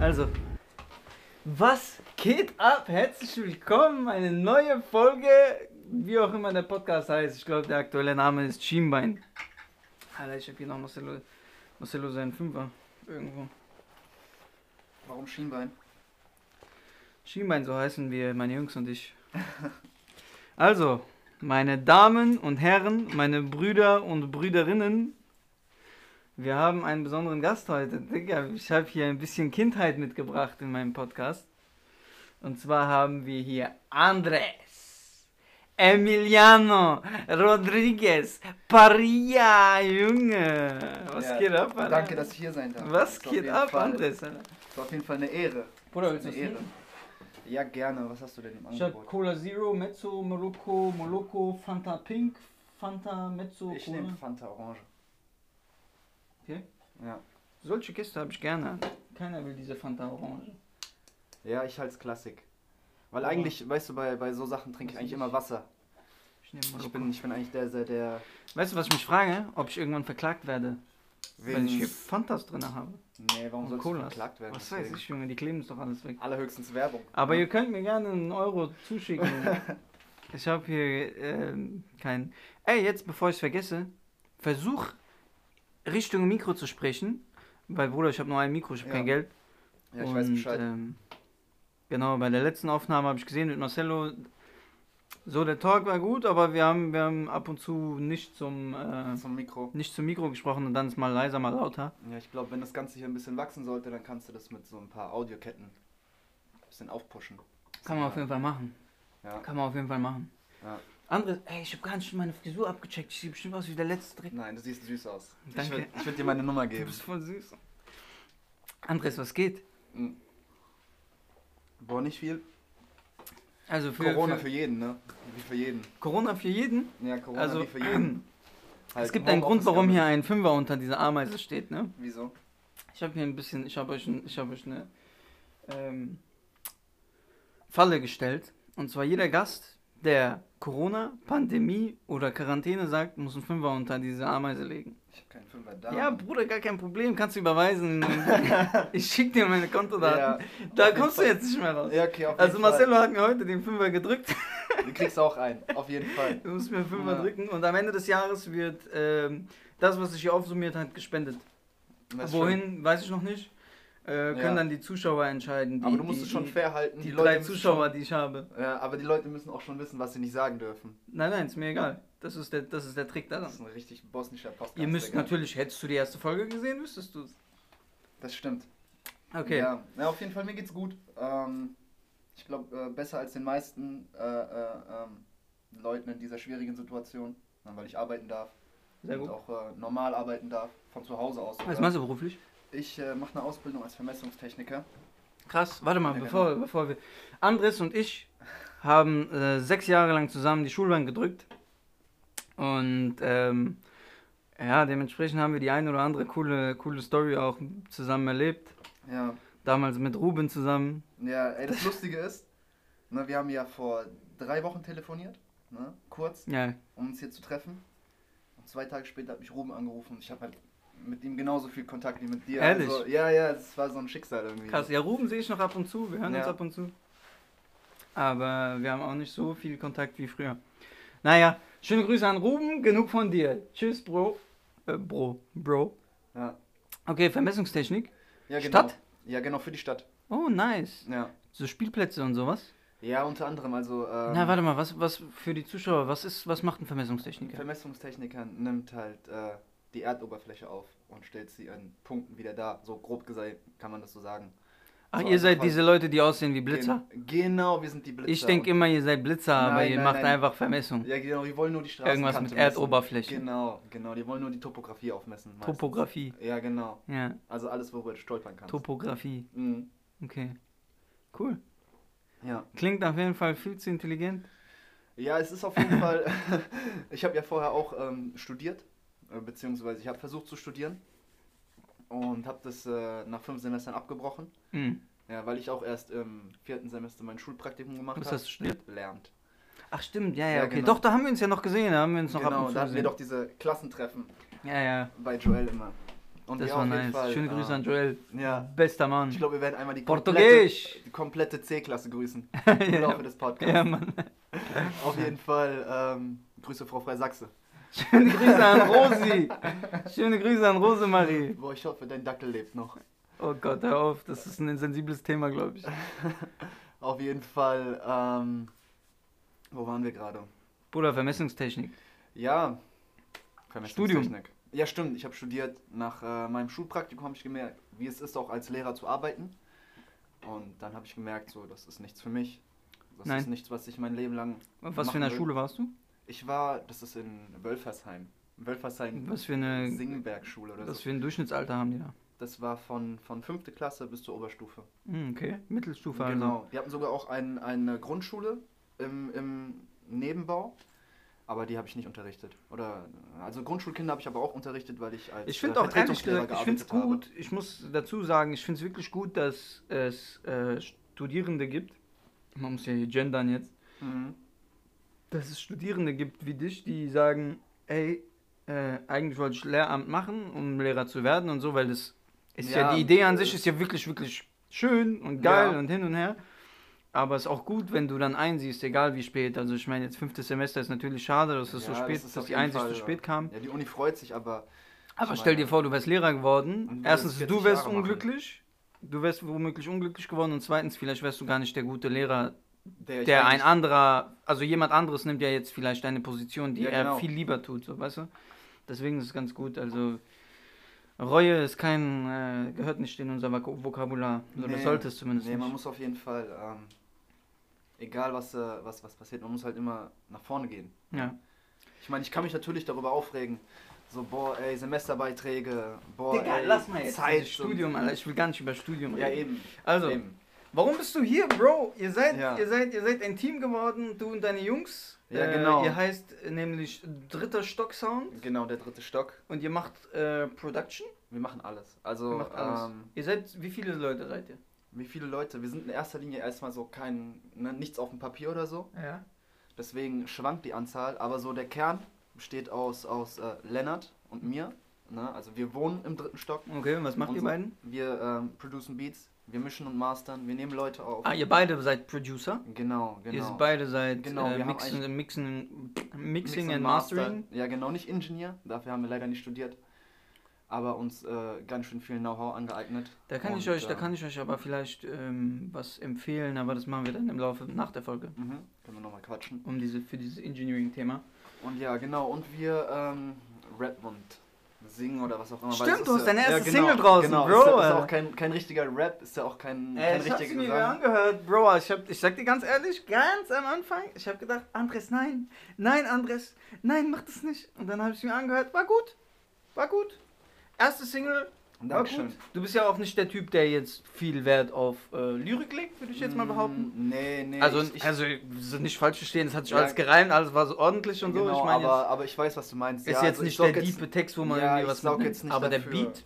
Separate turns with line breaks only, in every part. Also, was geht ab? Herzlich willkommen, eine neue Folge, wie auch immer der Podcast heißt. Ich glaube, der aktuelle Name ist Schienbein. Alter, ich hab hier noch Marcelo, Marcelo seinen Fünfer irgendwo.
Warum Schienbein?
Schienbein, so heißen wir, meine Jungs und ich. Also, meine Damen und Herren, meine Brüder und Brüderinnen, wir haben einen besonderen Gast heute. Digga, ich habe hier ein bisschen Kindheit mitgebracht in meinem Podcast. Und zwar haben wir hier Andres, Emiliano, Rodriguez, Paria, Junge. Was
Ja,
geht ab, Alter?
Danke, dass ich hier sein darf.
Was
Ist auf
geht
jeden
ab,
Fall-
Andres, Alter?
Ist auf jeden Fall eine Ehre.
Bruder,
Ist eine Ehre. Ja, gerne. Was hast du denn im
Ich hab
Angebot?
Cola Zero, Mezzo, Moloko, Moloko, Fanta Pink, Fanta, Mezzo,
Ich nehme
Cola.
Fanta Orange.
Okay.
Ja.
Solche Kiste habe ich gerne. Keiner will diese Fanta Orange.
Ja, ich halte es Klassik. Weil
Oh.
eigentlich, weißt du, bei, bei so Sachen trinke ich
Was
eigentlich
ich-
immer Wasser.
Ich nehme Moloko.
Ich bin, ich bin eigentlich der, der, der
weißt du, was ich mich frage? Ob ich irgendwann verklagt werde, weil
wegen...
ich hier Fantas drin habe.
nee, warum
Und
sollst du
Colas.
verklagt werden?
Was weiß
Deswegen.
ich, Junge, die kleben es doch alles weg.
Allerhöchstens Werbung.
Aber
Ja.
ihr könnt mir gerne einen Euro zuschicken. ich habe hier ähm, keinen. Ey, jetzt, bevor ich es vergesse, versuch Richtung Mikro zu sprechen. Weil, Bruder, ich habe nur ein Mikro, ich habe
Ja.
kein Geld.
Ja, ich weiß
Und,
Bescheid.
Ähm, genau, bei der letzten Aufnahme habe ich gesehen mit Marcello, so der Talk war gut, aber wir haben, wir haben ab und zu nicht zum, äh,
Zum Mikro.
nicht zum Mikro gesprochen und dann ist mal leiser, mal lauter.
Ja, ich glaube, wenn das Ganze hier ein bisschen wachsen sollte, dann kannst du das mit so ein paar Audioketten ein bisschen aufpushen.
Kann man auf jeden Fall machen.
Ja.
Kann man auf jeden Fall machen.
Ja.
Andres, ey, ich habe gar nicht meine Frisur abgecheckt. Ich sehe bestimmt aus wie der letzte Dreck.
Nein, du siehst süß aus.
Danke.
Ich würde würd dir meine Nummer
Du
geben.
bist voll süß. Andres, was geht?
Boah, nicht viel.
Also für
Corona
für,
für jeden, ne? Wie für jeden.
Corona für jeden.
Ja, Corona
Also,
wie für jeden.
es
Halt,
gibt einen Grund,
Homeoffice
warum
kann
hier
man-
ein Fünfer unter dieser Ameise steht, ne?
Wieso?
Ich habe hier ein bisschen, ich habe euch, ein- ich hab euch eine ähm, Falle gestellt. Und zwar jeder Gast, der Corona, Pandemie oder Quarantäne sagt, muss einen Fünfer unter diese Ameise legen.
Ich hab keinen Fünfer da.
Ja, Bruder, gar kein Problem, kannst du überweisen. ich schicke dir meine
Ja,
Kontodaten.
auf
da
jeden
kommst du
Fall.
jetzt nicht mehr raus.
ja okay, auf
Also
jeden Fall.
Marcelo hat mir heute den Fünfer gedrückt.
Du kriegst auch einen, auf jeden Fall.
Du musst mir einen Fünfer
Ja.
drücken. Und am Ende des Jahres wird ähm, das, was sich hier aufsummiert hat, gespendet.
Das ist
Wohin, weiß ich noch nicht. Äh, können
Ja.
dann die Zuschauer entscheiden.
schön.
Die,
Aber du musst
die,
es schon
die,
fair halten.
Die, drei
müssen
Zuschauer, die ich habe.
Schon, ja, aber die Leute müssen auch schon wissen, was sie nicht sagen dürfen.
Nein, nein, ist mir egal. Das ist der, das ist der Trick daran.
Das ist ein richtig bosnischer Podcast.
Ihr müsst
Digga.
natürlich, hättest du die erste Folge gesehen, wüsstest du es.
Das stimmt.
Okay.
Ja, ja auf jeden Fall, mir geht's gut. Ähm, ich glaube, äh, besser als den meisten äh, äh, ähm, Leuten in dieser schwierigen Situation, äh, weil ich arbeiten darf
Sehr
und
gut.
auch äh, normal arbeiten darf, von zu Hause aus.
Was
sogar.
machst du beruflich?
Ich äh, mache eine Ausbildung als Vermessungstechniker.
Krass. Warte mal,
Ja, genau.
bevor, bevor wir. Andres und ich haben äh, sechs Jahre lang zusammen die Schulbank gedrückt. Und ähm, ja, dementsprechend haben wir die ein oder andere coole, coole Story auch zusammen erlebt.
Ja,
Damals mit Ruben zusammen.
ja ey, das Lustige ist, ne, wir haben ja vor drei Wochen telefoniert, ne, kurz,
Ja,
um uns hier zu treffen. Und zwei Tage später hat mich Ruben angerufen und ich habe halt mit ihm genauso viel Kontakt wie mit dir.
Ehrlich?
Also, ja, ja, es war so ein Schicksal irgendwie.
Krass, ja, Ruben sehe ich noch ab und zu, wir hören uns
Ja.
ab und zu. Aber wir haben auch nicht so viel Kontakt wie früher. Naja, schöne Grüße an Ruben, genug von dir. Tschüss, Bro. Äh, Bro, Bro.
Ja.
Okay, Vermessungstechnik.
Ja, genau.
Stadt?
Ja, genau, für die Stadt.
Oh, nice.
Ja,
So Spielplätze und sowas.
ja unter anderem, also ähm,
Na, warte mal, was, was für die Zuschauer, was ist, was macht ein Vermessungstechniker?
Vermessungstechniker nimmt halt äh, die Erdoberfläche auf und stellt sie an Punkten wieder dar. So grob gesagt kann man das so sagen.
Ach,
so
ihr seid
einfach-
diese Leute, die aussehen wie Blitzer?
Gen genau, wir sind die Blitzer.
Ich denke
und-
immer, ihr seid Blitzer, aber
Nein,
ihr
nein,
macht
nein.
einfach Vermessung.
Ja, genau, die wollen nur die Straße.
Irgendwas mit Erdoberfläche.
Genau, genau, die wollen nur die Topografie aufmessen. meistens.
Topografie.
Ja, genau.
Ja,
Also alles, worüber du stolpern kannst.
Topografie.
mhm.
Okay. Cool.
Ja.
Klingt auf jeden Fall viel zu intelligent.
Ja, es ist auf jeden Fall. ich habe ja vorher auch ähm, studiert, äh, beziehungsweise ich habe versucht zu studieren und habe das äh, nach fünf Semestern abgebrochen.
Hm.
Ja, weil ich auch erst im vierten Semester mein Schulpraktikum gemacht habe.
Was hast du studiert?
Lernt.
Ach stimmt, ja, ja,
Ja,
okay.
genau.
Doch, da haben wir uns ja noch gesehen, da haben wir uns noch ab
Genau,
und zu
da hatten wir
gesehen.
doch diese Klassentreffen
Ja, ja.
bei Joel immer. Und
Das
wir
war
auf jeden
nice.
Fall,
Schöne
äh,
Grüße an Joel.
Ja,
Bester Mann.
ich glaube, wir werden einmal die komplette,
Portugiesisch.
die komplette C-Klasse grüßen im
ja,
Laufe des Podcasts.
ja, Mann.
Auf jeden Fall ähm, Grüße Frau Freisachse.
Schöne Grüße an Rosi. Schöne Grüße an Rosemarie.
Boah, ich hoffe, dein Dackel lebt noch.
Oh Gott, hör auf. Das ist ein sensibles Thema, glaube ich.
Auf jeden Fall, ähm, wo waren wir gerade?
Bruder, Vermessungstechnik.
Ja,
Studium.
Vermessungstechnik. Ja, stimmt. Ich habe studiert. Nach äh, meinem Schulpraktikum habe ich gemerkt, wie es ist, auch als Lehrer zu arbeiten. Und dann habe ich gemerkt, so, das ist nichts für mich. Das
Nein.
ist nichts, was ich mein Leben lang.
Was für
Machen
eine
wir-
Schule warst du?
Ich war, das ist in Wölfersheim. Wölfersheim
Was für eine.
Singenbergschule oder
Was
so.
für ein Durchschnittsalter haben die da?
Das war von, von fünfte Klasse bis zur Oberstufe.
Hm, okay. Mittelstufe also.
Genau. Wir hatten sogar auch ein, eine Grundschule im, im Nebenbau, aber die habe ich nicht unterrichtet. Oder also Grundschulkinder habe ich aber auch unterrichtet, weil ich als
Ich
äh,
finde auch ehrlich
Vertretungslehrer
gesagt, ich finde es
gearbeitet habe.
gut, ich muss dazu sagen, ich finde es wirklich gut, dass es äh, Studierende gibt, man muss ja hier gendern jetzt,
Mhm.
dass es Studierende gibt wie dich, die sagen, ey, äh, eigentlich wollte ich Lehramt machen, um Lehrer zu werden und so, weil das ist ja,
Ja,
die Idee an sich
äh,
ist ja wirklich, wirklich schön und geil
Ja.
und hin und her. Aber es ist auch gut, wenn du dann einsiehst, egal wie spät. Also ich meine, jetzt fünftes Semester ist natürlich schade, dass es so
Ja,
spät,
ist
dass
auf
die
jeden
Einsicht
Fall,
zu
ja.
spät kam.
Ja, die Uni freut sich, aber
Aber
Ich
stell dir
meine-
vor, du wärst Lehrer
Und
geworden.
würdest
Erstens, du wärst
40 Jahre machen.
unglücklich. Du wärst womöglich unglücklich geworden. Und zweitens, vielleicht wärst du gar nicht der gute Lehrer,
der, ich
der ein
eigentlich-
anderer, also jemand anderes nimmt ja jetzt vielleicht eine Position, die
Ja,
er
genau.
viel lieber tut, so, weißt du? Deswegen ist es ganz gut. Also, Reue ist kein, äh, gehört nicht in unser Vok- Vokabular. Also, Oder
Nee.
sollte es zumindest
Nee, man
nicht.
muss auf jeden Fall, ähm, egal was, äh, was, was passiert, man muss halt immer nach vorne gehen.
Ja.
Ich meine, ich kann mich natürlich darüber aufregen. So, boah, ey, Semsterbeiträge, boah, ey, Zeit
Zeit Studium, Alter. Ich will gar nicht über Studium
Und, ja,
reden.
eben.
also,
eben.
Warum bist du hier, Bro? Ihr seid,
Ja.
ihr seid, ihr seid ein Team geworden, du und deine Jungs. Äh,
Ja, genau.
Ihr heißt nämlich Dritter Stock Sound
Genau, der dritte Stock.
und ihr macht äh, Production.
Wir machen alles.
Ihr
Also,
macht alles.
Ähm,
Ihr seid, wie viele Leute seid ihr?
wie viele Leute? Wir sind in erster Linie erstmal so kein, ne, nichts auf dem Papier oder so.
Ja.
Deswegen schwankt die Anzahl. Aber so der Kern besteht aus, aus äh, Lennart und mir. Ne? Also, wir wohnen im dritten Stock.
Okay, und was macht ihr
Unsere-
beiden?
Wir ähm, producen Beats, wir mischen und mastern, wir nehmen Leute auf.
Ah, ihr beide seid Producer.
Genau, genau.
Ihr beide seid
Genau,
äh,
wir haben
Mixen, Mixen, Mixing
Mix
and
und
Mastering.
Master. Ja, genau, nicht Ingenieur, dafür haben wir leider nicht studiert. Aber uns äh, ganz schön viel Know-how angeeignet.
Da kann ich
Und,
euch, da
ähm,
kann ich euch aber vielleicht ähm, was empfehlen, aber das machen wir dann im Laufe nach der Folge.
Mhm, können wir nochmal quatschen.
Um diese, für dieses Engineering-Thema.
Und ja, genau, und wir ähm, rappen und singen oder was auch immer. weil
Stimmt,
es
du
ist
hast
ja-
deine erste
genau,
Single draußen,
genau,
Bro,
Ist ja, ist
Alter.
auch kein, kein richtiger Rap, ist ja auch kein,
Ey,
kein
ich hab's
richtiger
mir
Gesang.
angehört, Bro. Ich, hab, ich sag dir ganz ehrlich, ganz am Anfang, ich hab gedacht, Andres, nein, nein, Andres, nein, mach das nicht. Und dann hab ich mir angehört, war gut, war gut. Erste Single, war
Dankeschön.
gut. Du bist ja auch nicht der Typ, der jetzt viel Wert auf äh, Lyrik legt, würde ich jetzt mal behaupten.
Mm, Nee, nee.
Also,
ich, ich,
also so nicht falsch verstehen, es hat sich
Ja.
alles gereimt, alles war so ordentlich und
genau,
so. Ich meine,
aber, aber ich weiß, was du meinst.
jetzt ist
ja,
jetzt
also ich
nicht
saug
der
jetzt,
diepe Text, wo man
Ja,
irgendwie
ich
was
saug
mitnimmt,
jetzt nicht
aber der
dafür.
Beat,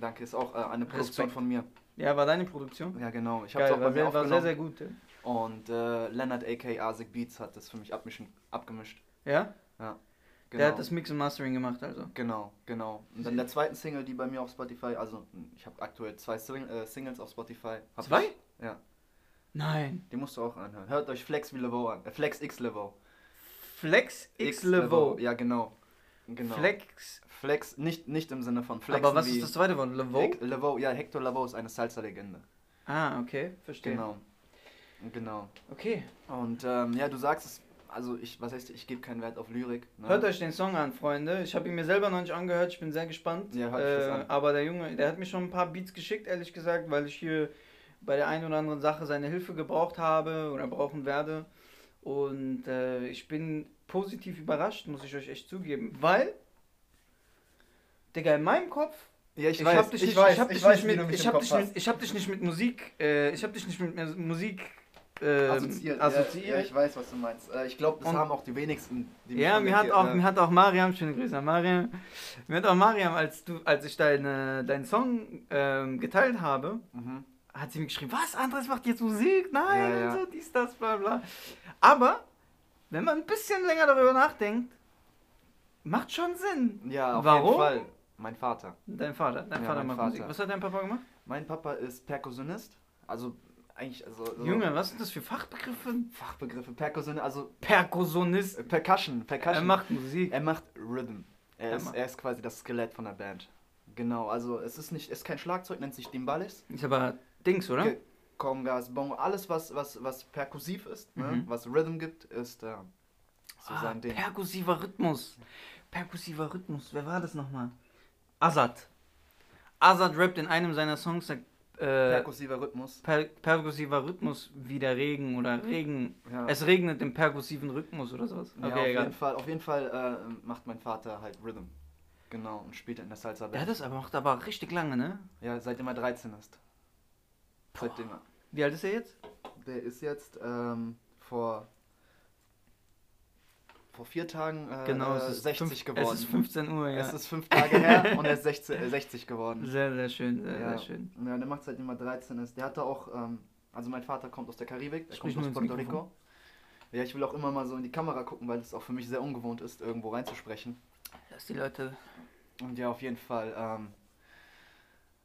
Danke, ist auch äh, eine Produktion
Respekt.
von mir.
ja, war deine Produktion.
Ja, genau. Ich habe es
Geil,
auch bei
war
mir
sehr, war sehr,
aufgenommen.
sehr gut. ja.
Und äh, Leonard a.k. Asik Beats hat das für mich abmischen, abgemischt.
Ja?
Genau.
Der hat das Mix und Mastering gemacht, also.
Genau, genau. Und
Hm.
dann der zweiten Single, die bei mir auf Spotify, also ich habe aktuell zwei Sing äh, Singles auf Spotify. Hab Ich, Ja.
Nein.
die musst du auch anhören. Hört euch Flex wie Levo an. Äh, Flex X Levo.
Flex X Levo.
Ja, genau. genau.
Flex.
Flex, nicht, nicht im Sinne von Flex.
Aber was ist das zweite Wort? Levo?
Hec Levo, ja, Hector Levo ist eine Salsa-Legende.
Ah, okay, verstehe.
Genau. Genau.
Okay.
Und ähm, ja, du sagst es, also ich, was heißt, ich gebe keinen Wert auf Lyrik. Ne?
Hört euch den Song an, Freunde. Ich habe ihn mir selber noch nicht angehört, ich bin sehr gespannt. Äh,
Ja, hört euch das an.
Aber der Junge, der hat mir schon ein paar Beats geschickt, ehrlich gesagt, weil ich hier bei der einen oder anderen Sache seine Hilfe gebraucht habe oder brauchen werde. Und äh, ich bin positiv überrascht, muss ich euch echt zugeben. Weil, Digga, in meinem Kopf
Ja,
Ich, hab dich nicht, ich hab dich nicht
wie du
mit, ich
mich im
hab
Kopf
dich
hast.
mit, ich hab dich nicht mit Musik, äh, ich hab dich nicht mit mehr Musik ähm, assoziiert.
assoziiert. Ja, ja, ich weiß, was du meinst. Äh, ich glaube, das
Und-
haben auch die wenigsten. Die mich
Ja, mir hat
kommentiert,
auch, mir
ne?
hat auch Mariam, schöne Grüße an Mariam, mir hat auch Mariam, als du, als ich deine, deinen Song ähm, geteilt habe,
Mhm.
hat sie mir geschrieben, was, Andres macht jetzt Musik? Nein,
Ja, ja.
und so, dies, das, bla bla. Aber, wenn man ein bisschen länger darüber nachdenkt, macht schon Sinn.
Ja, auf
Warum?
jeden Fall. Mein Vater.
Dein Vater. Dein
Ja,
Vater
mein
macht
Vater.
Musik. Was hat dein Papa gemacht?
Mein Papa ist Perkussionist. Also eigentlich, also. so
Junge, was sind das für Fachbegriffe?
Fachbegriffe. Perkussion, also
Perkussionist.
äh, Percussion. Percussion.
Er macht Musik.
Er macht Rhythm. Er,
Er
ist,
macht-
er ist quasi das Skelett von der Band. Genau, also es ist nicht, es ist kein Schlagzeug, nennt sich Timbales.
Ist aber Dings, oder?
Ge- Congas, Bongo, alles was, was, was perkussiv ist, ne?
Mhm.
was Rhythm gibt, ist äh, so
ah,
sein Ding.
perkussiver Rhythmus. Perkussiver Rhythmus. Wer war das nochmal? Azad. Azad rappt in einem seiner Songs, sagt, äh,
Perkussiver Rhythmus.
per perkussiver Rhythmus wie der Regen oder Regen.
Ja.
Es regnet im perkussiven Rhythmus oder sowas.
ja,
Okay,
auf,
egal.
jeden Fall, auf jeden Fall äh, macht mein Vater halt Rhythm. Genau, und spielt in der Salsa
Der hat
Band.
das aber macht aber richtig lange, ne?
Ja, seitdem er 13 ist.
Boah.
Seitdem er.
Wie alt ist er jetzt?
Der ist jetzt ähm, vor, vor vier Tagen äh,
Genau,
äh,
es ist
60
fünf,
geworden.
Es ist 15 Uhr, ja.
Es ist fünf Tage her und er ist 60, äh, 60 geworden.
sehr, sehr schön, sehr,
ja.
sehr schön.
Ja, der macht seitdem er 13 ist. Der hatte auch, ähm, also mein Vater kommt aus der Karibik, der
Sprich
kommt
nur
aus
ins
Puerto
Mikrofon.
Rico. Ja, ich will auch immer mal so in die Kamera gucken, weil es auch für mich sehr ungewohnt ist, irgendwo reinzusprechen.
Dass die Leute.
Und ja, auf jeden Fall, ähm,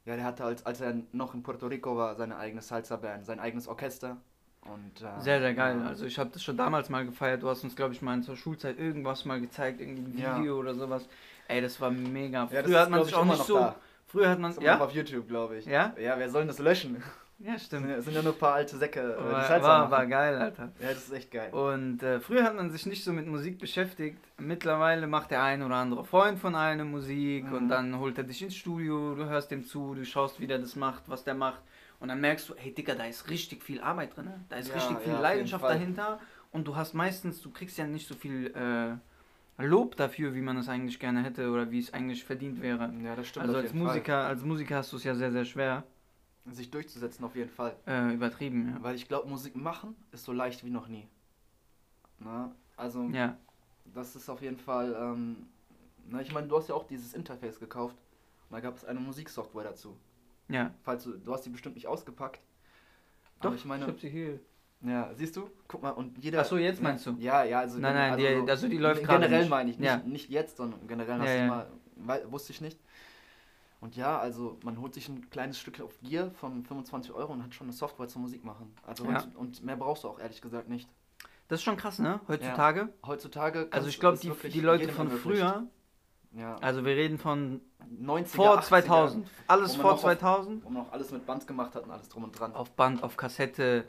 ja, der hatte, als, als er noch in Puerto Rico war, seine eigene Salsa-Band, sein eigenes Orchester. Und, äh,
Sehr, sehr geil.
ja.
Also ich habe das schon damals mal gefeiert. Du hast uns, glaube ich, mal in zur Schulzeit irgendwas mal gezeigt, irgendein
Ja.
Video oder sowas. Ey, das war mega.
Ja, das
Früher
ist,
hat man
glaub
sich
ich,
auch
immer
nicht
noch
so.
da.
Früher hat man.
Ist immer noch
Ja?
auf YouTube, glaube ich.
Ja?
Ja, wer soll denn das löschen?
Ja,
Es
stimmt.
sind, ja- es sind ja nur ein paar alte Säcke, äh, die
War,
Salsa
war,
machen.
war geil, Alter.
Ja, das ist echt geil.
Und äh, früher hat man sich nicht so mit Musik beschäftigt. Mittlerweile macht der ein oder andere Freund von einem Musik
Mhm.
und dann holt er dich ins Studio, du hörst dem zu, du schaust, wie der das macht, was der macht. Und dann merkst du, hey Dicker, da ist richtig viel Arbeit drin, ne? da ist
Ja,
richtig viel
ja, auf jeden
Leidenschaft
Fall.
dahinter. Und du hast meistens, du kriegst ja nicht so viel äh, Lob dafür, wie man es eigentlich gerne hätte oder wie es eigentlich verdient wäre.
Ja, das stimmt.
also
auf
als
jeden Fall.
Musiker, als Musiker hast du es ja sehr, sehr schwer.
Sich durchzusetzen auf jeden Fall.
Äh, übertrieben,
Weil ich glaube, Musik machen ist so leicht wie noch nie. Na, also,
ja. Ja,
das ist auf jeden Fall. Ähm, na, ich meine, du hast ja auch dieses Interface gekauft. Und da gab es eine Musiksoftware dazu.
ja.
Falls du, du hast die bestimmt nicht ausgepackt.
Doch,
Aber ich meine,
hab sie hier.
ja, siehst du? Guck mal, und jeder.
Ach so, jetzt meinst du?
Ja, ja, also.
Nein, nein,
also,
die- also die läuft gerade
Generell
nicht.
meine ich, nicht,
Ja.
nicht jetzt, sondern generell
Ja,
hast du
ja.
mal, weil, wusste ich nicht. Und ja, also man holt sich ein kleines Stück auf Gear von 25 Euro und hat schon eine Software zur Musik machen. Also
Ja.
und, und mehr brauchst du auch ehrlich gesagt nicht.
Das ist schon krass, ne? Heutzutage.
Heutzutage kannst-
Also ich glaube,
ist
die,
wirklich
die Leute
jedem
von
ermöglicht.
früher,
Ja,
also wir reden von
90er,
vor
80er,
2000, alles vor
wo man noch auf-
2000,
Wo man auch alles mit Band gemacht hat und alles drum und dran.
auf Band, auf Kassette.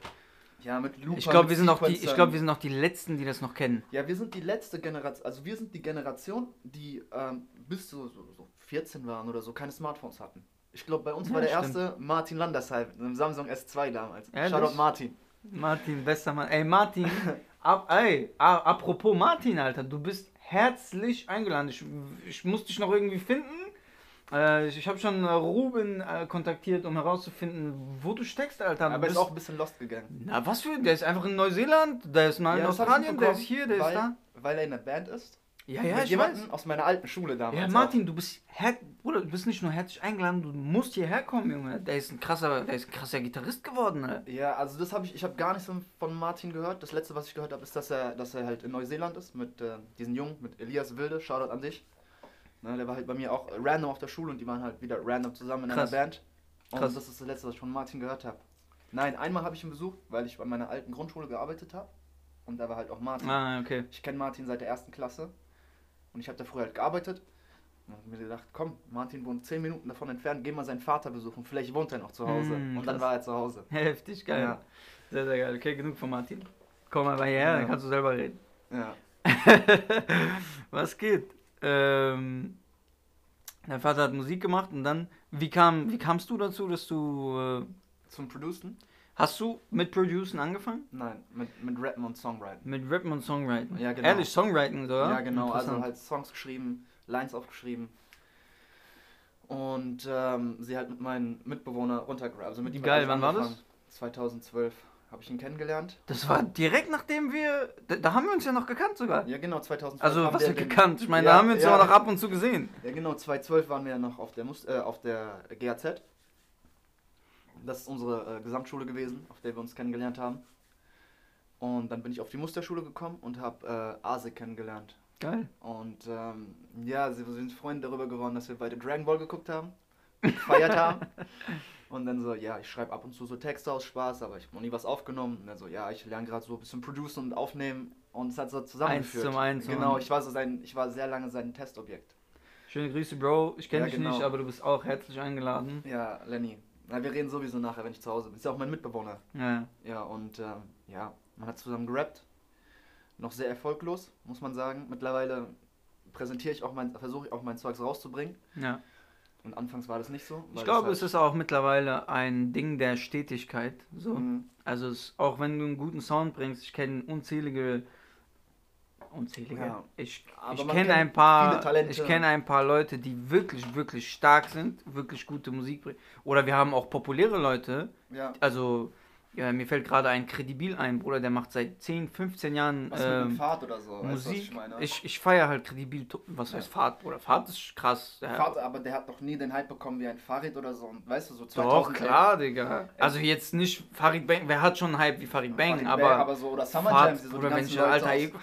Ja, mit Looper,
Oh. Ich glaube,
mit
wir sind noch die, ich
Sequencern.
glaube, wir sind noch die letzten, die das noch kennen.
Ja, wir sind die letzte Generation, also wir sind die Generation, die ähm, bis zu so, so 14 waren oder so keine Smartphones hatten. Ich glaube, bei uns
Ja,
war der
stimmt.
erste Martin Landersheim mit einem Samsung S2 damals.
Ehrlich?
Shoutout Martin.
Martin, bester Mann. Ey, Martin, ab, ey, a- apropos Martin, Alter, du bist herzlich eingeladen. Ich, ich muss dich noch irgendwie finden. Äh, ich ich habe schon äh, Ruben äh, kontaktiert, um herauszufinden, wo du steckst, Alter. Du
Aber ist
bist-
auch ein bisschen lost gegangen.
na, was für, der ist einfach in Neuseeland, der ist mal in
Ja, das hab ich
Australien, der ist
mitbekommen,
hier, der ist
weil,
da.
Weil er in der Band ist.
Ja, ja,
mit
ich weiß.
jemandem aus meiner alten Schule damals.
Ja, Martin, du bist her Bruder, du bist nicht nur herzlich eingeladen, du musst hierher kommen, Junge. Der ist ein krasser, der ist ein krasser Gitarrist geworden, ne?
Auch. Ja, also das habe ich, ich habe gar nichts von- von Martin gehört. Das letzte, was ich gehört habe, ist, dass er, dass er halt in Neuseeland ist mit äh, diesen Jungen, mit Elias Wilde. Shoutout an dich. Ne, der war halt bei mir auch random auf der Schule und die waren halt wieder random zusammen in
Krass.
einer Band. Und
Krass.
das ist das letzte, was ich von Martin gehört habe. Nein, einmal habe ich ihn besucht, weil ich bei meiner alten Grundschule gearbeitet habe. Und da war halt auch Martin.
Ah, okay.
Ich kenne Martin seit der ersten Klasse. Und ich habe da früher halt gearbeitet. Und hab mir gedacht, komm, Martin wohnt 10 Minuten davon entfernt, geh mal seinen Vater besuchen. Vielleicht wohnt er noch zu Hause.
Mm,
und dann
krass.
war er zu Hause.
Heftig, geil.
Ja.
Sehr, sehr geil. Okay, genug von Martin. Komm mal hierher,
Ja.
dann kannst du selber reden.
Ja.
Was geht? Ähm, dein Vater hat Musik gemacht und dann, wie, kam, wie kamst du dazu, dass du, äh,
Zum Producen?
hast du mit Producen angefangen?
Nein, mit, mit Rappen und Songwriting.
Mit Rappen und Songwriting?
Ja, genau.
Ehrlich, Songwriting sogar?
Ja, genau. Also
Interessant.
halt Songs geschrieben, Lines aufgeschrieben. Und ähm, sie halt mit meinem Mitbewohner runtergerappt. Also mit ihm hab
Geil,
ich
wann war das?
angefangen. 2012 habe ich ihn kennengelernt.
Das war direkt nachdem wir, da, da haben wir uns ja noch gekannt sogar.
Ja, genau, 2012.
Also,
haben
was
wir
wir
den-
gekannt. Ich meine,
Ja,
da haben wir uns
ja.
ja noch ab und zu gesehen.
Ja genau, 2012 waren wir ja noch auf der, Mus äh, auf der GAZ. Das ist unsere äh, Gesamtschule gewesen, auf der wir uns kennengelernt haben. Und dann bin ich auf die Musterschule gekommen und habe äh, Ase kennengelernt.
Geil.
Und ähm, ja, sie- wir sind Freunde darüber geworden, dass wir beide Dragon Ball geguckt haben, gefeiert haben. Und dann so, ja, ich schreibe ab und zu so Texte aus Spaß, aber ich habe noch nie was aufgenommen. Und dann so, ja, ich lerne gerade so ein bisschen producen und aufnehmen. Und es hat so zusammengeführt.
zum Eins,
Genau,
Mann.
ich war so sein, ich war sehr lange sein Testobjekt.
Schöne Grüße, Bro. Ich kenne
Ja,
dich
genau.
nicht, aber du bist auch herzlich eingeladen.
Ja, Lenny. Na, wir reden sowieso nachher, wenn ich zu Hause bin. Ist ja auch mein Mitbewohner.
Ja.
Ja, und ähm, ja, man hat zusammen gerappt. Noch sehr erfolglos, muss man sagen. Mittlerweile präsentiere ich auch mein, versuche ich auch mein Zeugs rauszubringen.
ja.
Und anfangs war das nicht so.
Ich glaube, es halt ist auch mittlerweile ein Ding der Stetigkeit. So.
Mhm.
Also es, auch wenn du einen guten Sound bringst, ich kenne unzählige, unzählige.
Ja.
Ich,
Aber
ich
man
kenne
kennt
ein paar,
viele Talente.
ich kenne ein paar Leute, die wirklich, wirklich stark sind, wirklich gute Musik bringen. Oder wir haben auch populäre Leute.
Ja,
Also ja, mir fällt gerade ein Kredibil ein, Bruder, der macht seit 10, 15 Jahren
was mit dem
ähm,
Fahrt oder so. weißt du, was
Musik.
ich meine?
Ich, ich feiere halt Kredibil. to- Was
Ja.
heißt Fahrt, Bruder? Fahrt ist krass. Ja.
Fahrt, aber der hat noch nie den Hype bekommen wie ein Fahrrad oder so. Und weißt du, so 2000
Doch, klar, Digga. Also jetzt nicht Farid Bang, wer hat schon einen Hype wie Farid Bang,
Farid
aber,
aber so, oder Summer
Fahrt,
Jams, die so
Bruder,
die
wenn
ganzen
ich
Leute
Alter
aus-
Ego-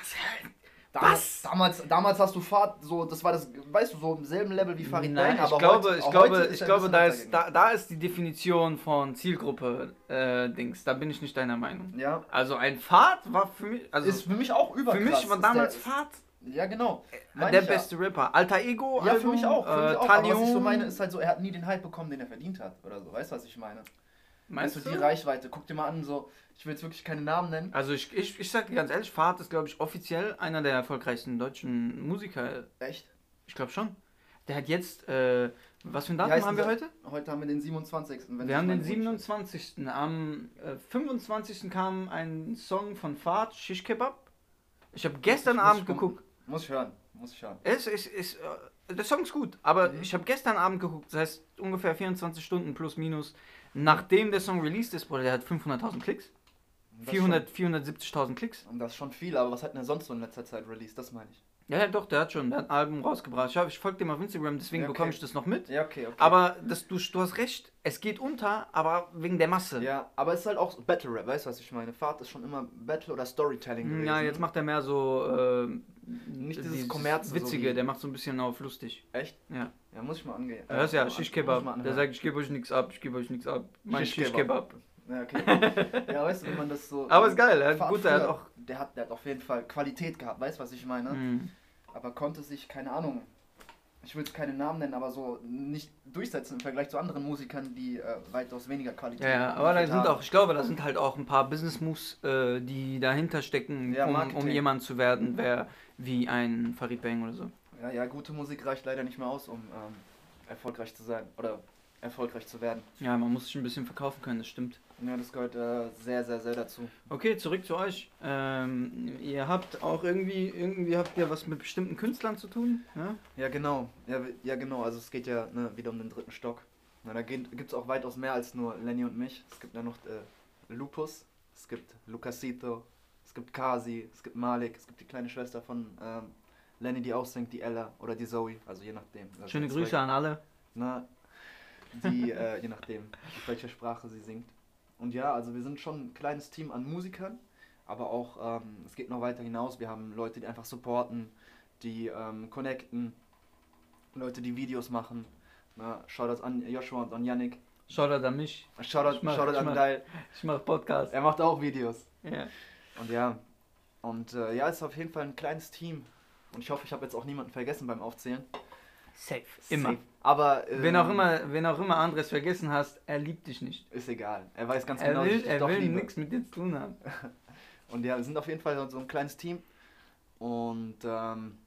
Damals, damals, damals hast du Fahrt, so, das war das, weißt du, so im selben Level wie Farid
Nein,
Bang, aber
ich glaube,
heute,
ich
auch
glaube,
heute ist
ich
er ein
glaube,
bisschen
da
weiter
ist, da, da ist die Definition von Zielgruppe äh, Dings. Da bin ich nicht deiner Meinung.
gegangen. Ja,
Also ein Fahrt war für mich, also
ist für mich auch
für
überkrass.
mich war
ist
damals
der,
Fahrt Äh,
Ja, genau. Mein
der
ich
beste Rapper. Alter Ego.
Ja, ja für
Album,
mich auch. Für
äh,
mich auch. Aber was ich so
Talion.
meine, ist halt so, er hat nie den Hype bekommen, den er verdient hat. Oder so. Weißt du, was ich meine?
Meinst
Weißt
du?
die Reichweite? Guck dir mal an, so, ich will jetzt wirklich keine Namen nennen.
Also ich, ich, ich sag dir ganz ehrlich, Fahrt ist glaube ich offiziell einer der erfolgreichsten deutschen Musiker.
Echt?
Ich glaube schon. Der hat jetzt, äh, was für ein Datum
heißt
haben wir
dieser-
heute?
Heute haben wir den 27. wenn
Wir
ich
haben den
meine Wunsch-
27. Am äh, 25. kam ein Song von Fahrt, Shish Kebab. Ich habe gestern
muss
Abend
gucken.
geguckt.
Muss ich hören. Muss ich hören.
Es ist, ist, äh, der Song ist gut, aber
Mhm.
ich habe gestern Abend geguckt. Das heißt ungefähr 24 Stunden plus minus. Nachdem der Song released ist, Bruder, der hat 500.000 Klicks.
Und das
400, 470.000 Klicks.
Schon, und das ist schon viel, aber was hat denn er sonst so in letzter Zeit released? Das meine ich.
Ja, ja, doch, der hat schon der hat ein Album rausgebracht. Ich, hab- ich folge dem auf Instagram, deswegen
Ja, okay.
bekomme ich das noch mit.
Ja, okay, okay.
Aber das, du, du hast recht, es geht unter, aber wegen der Masse.
ja, aber es ist halt auch so Battle Rap, weißt du, was ich meine? Fahrt ist schon immer Battle oder Storytelling gewesen.
Hm, Ja, jetzt macht er mehr so. ähm,
Nicht dieses Kommerz, so
Witzige,
wie-
der macht so ein bisschen auf lustig.
Echt?
Ja.
Ja, muss ich mal angehen.
Das ist ja
muss ich mal-
Shish
muss ich mal
Kebab. Der
anhören.
sagt, ich gebe euch nichts ab, ich gebe euch nichts ab. Mein
Shish
Shish Kebab.
Ja, okay. ja, weißt du, wenn man das so.
Aber ist geil, er hat,
Fahrt
gut, er hat
früher,
auch.
Der hat, der hat auf jeden Fall Qualität gehabt, weißt du, was ich meine?
Mhm.
Aber konnte sich, keine Ahnung, ich will jetzt keine Namen nennen, aber so nicht durchsetzen im Vergleich zu anderen Musikern, die äh, weitaus weniger Qualität
Ja, ja, aber da
entwickelt
sind
haben.
auch, ich glaube, da sind halt auch ein paar Business Moves, äh, die dahinter stecken,
Ja,
um, um
Marketing.
jemand zu werden, wer wie ein Farid Bang oder so.
Ja, ja, gute Musik reicht leider nicht mehr aus, um ähm, erfolgreich zu sein oder erfolgreich zu werden.
Ja, man muss sich ein bisschen verkaufen können, das stimmt.
Ja, das gehört äh, sehr, sehr, sehr dazu.
Okay, zurück zu euch. Ähm, ihr habt auch irgendwie, irgendwie habt ihr was mit bestimmten Künstlern zu tun, ja?
Ja, genau. Ja, w- ja genau. Also es geht ja ne, wieder um den dritten Stock. Na, da gibt es auch weitaus mehr als nur Lenny und mich. Es gibt ja noch äh, Lupus, es gibt Lucasito, es gibt Kasi, es gibt Malik, es gibt die kleine Schwester von ähm, Lenny, die auch singt, die Ella oder die Zoe, also je nachdem. Also
Schöne
jetzt
Grüße
weg.
an alle.
Na, Ne? die, äh, je nachdem, auf welcher Sprache sie singt. Und ja, also wir sind schon ein kleines Team an Musikern, aber auch, ähm, es geht noch weiter hinaus. Wir haben Leute, die einfach supporten, die ähm, connecten, Leute, die Videos machen. Na, Shoutouts an Joshua und an Yannick.
Shoutout an mich.
Shoutout,
Ich mach-
Shoutout
ich
an
mach.
Dial.
Ich mache Podcast.
Er macht auch Videos.
Ja.
Und ja, und äh, ja, es ist auf jeden Fall ein kleines Team. Und ich hoffe, ich habe jetzt auch niemanden vergessen beim Aufzählen.
Safe. Immer.
Safe. Aber. ähm,
Wenn auch immer, wenn auch immer Andres vergessen hast, er liebt dich nicht.
Ist egal. Er weiß ganz
er
genau, dass ich
will,
dich
er
doch
will
liebe.
nichts mit dir zu tun haben.
Und ja, wir sind auf jeden Fall so ein kleines Team. Und ähm,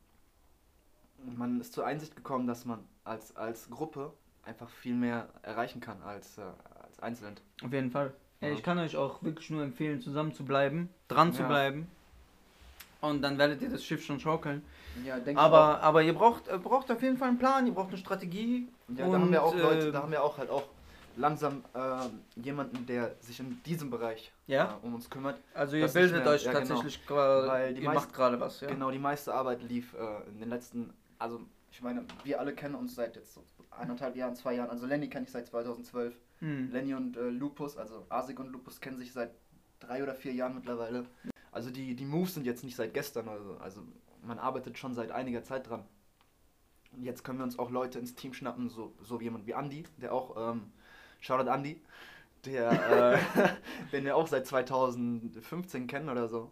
man ist zur Einsicht gekommen, dass man als, als Gruppe einfach viel mehr erreichen kann als, äh, als einzeln.
Auf jeden Fall. Ey,
Ja.
Ich kann euch auch wirklich nur empfehlen, zusammen zu bleiben, dran zu
Ja.
bleiben. Und dann werdet ihr das Schiff schon schaukeln.
Ja, denke
Aber, aber ihr braucht, äh, braucht auf jeden Fall einen Plan, ihr braucht eine Strategie.
Ja, da haben wir auch
und,
Leute,
äh,
da haben wir auch halt auch langsam ähm, jemanden, der sich in diesem Bereich
Ja?
äh, um uns kümmert.
Also ihr
Das nicht
bildet
mehr-
euch
ja, genau.
tatsächlich gerade,
Weil die
ihr macht
meisten-
gerade was, ja.
Genau, die meiste Arbeit lief äh, in den letzten, also ich meine, wir alle kennen uns seit jetzt so eineinhalb Jahren, zwei Jahren. Also Lenny kenne ich seit 2012.
Hm.
Lenny und äh, Lupus, also Asik und Lupus kennen sich seit drei oder vier Jahren mittlerweile. Also die, die Moves sind jetzt nicht seit gestern oder so. Also man arbeitet schon seit einiger Zeit dran. Und jetzt können wir uns auch Leute ins Team schnappen, so, so jemand wie Andy, der auch, ähm, Shoutout Andy, der, äh, den wir auch seit 2015 kennen oder so.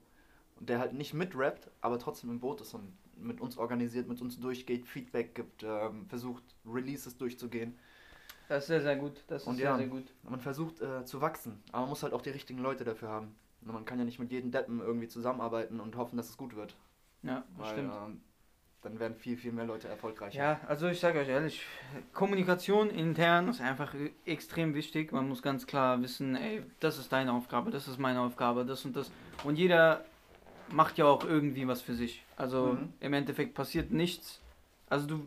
Und der halt nicht mitrappt, aber trotzdem im Boot ist und mit uns organisiert, mit uns durchgeht, Feedback gibt, ähm, versucht Releases durchzugehen.
Das ist sehr, sehr gut. Das ist
Und
sehr,
ja.
sehr gut.
Man versucht äh, zu wachsen, aber man muss halt auch die richtigen Leute dafür haben. Und Man kann ja nicht mit jedem Deppen irgendwie zusammenarbeiten und hoffen, dass es gut wird.
Ja, das
Weil,
stimmt.
ähm, dann werden viel, viel mehr Leute erfolgreicher.
Ja, also ich sage euch ehrlich, Kommunikation intern ist einfach extrem wichtig. Man muss ganz klar wissen, ey, das ist deine Aufgabe, das ist meine Aufgabe, das und das. Und jeder macht ja auch irgendwie was für sich. Also
Mhm.
im Endeffekt passiert nichts. Also du,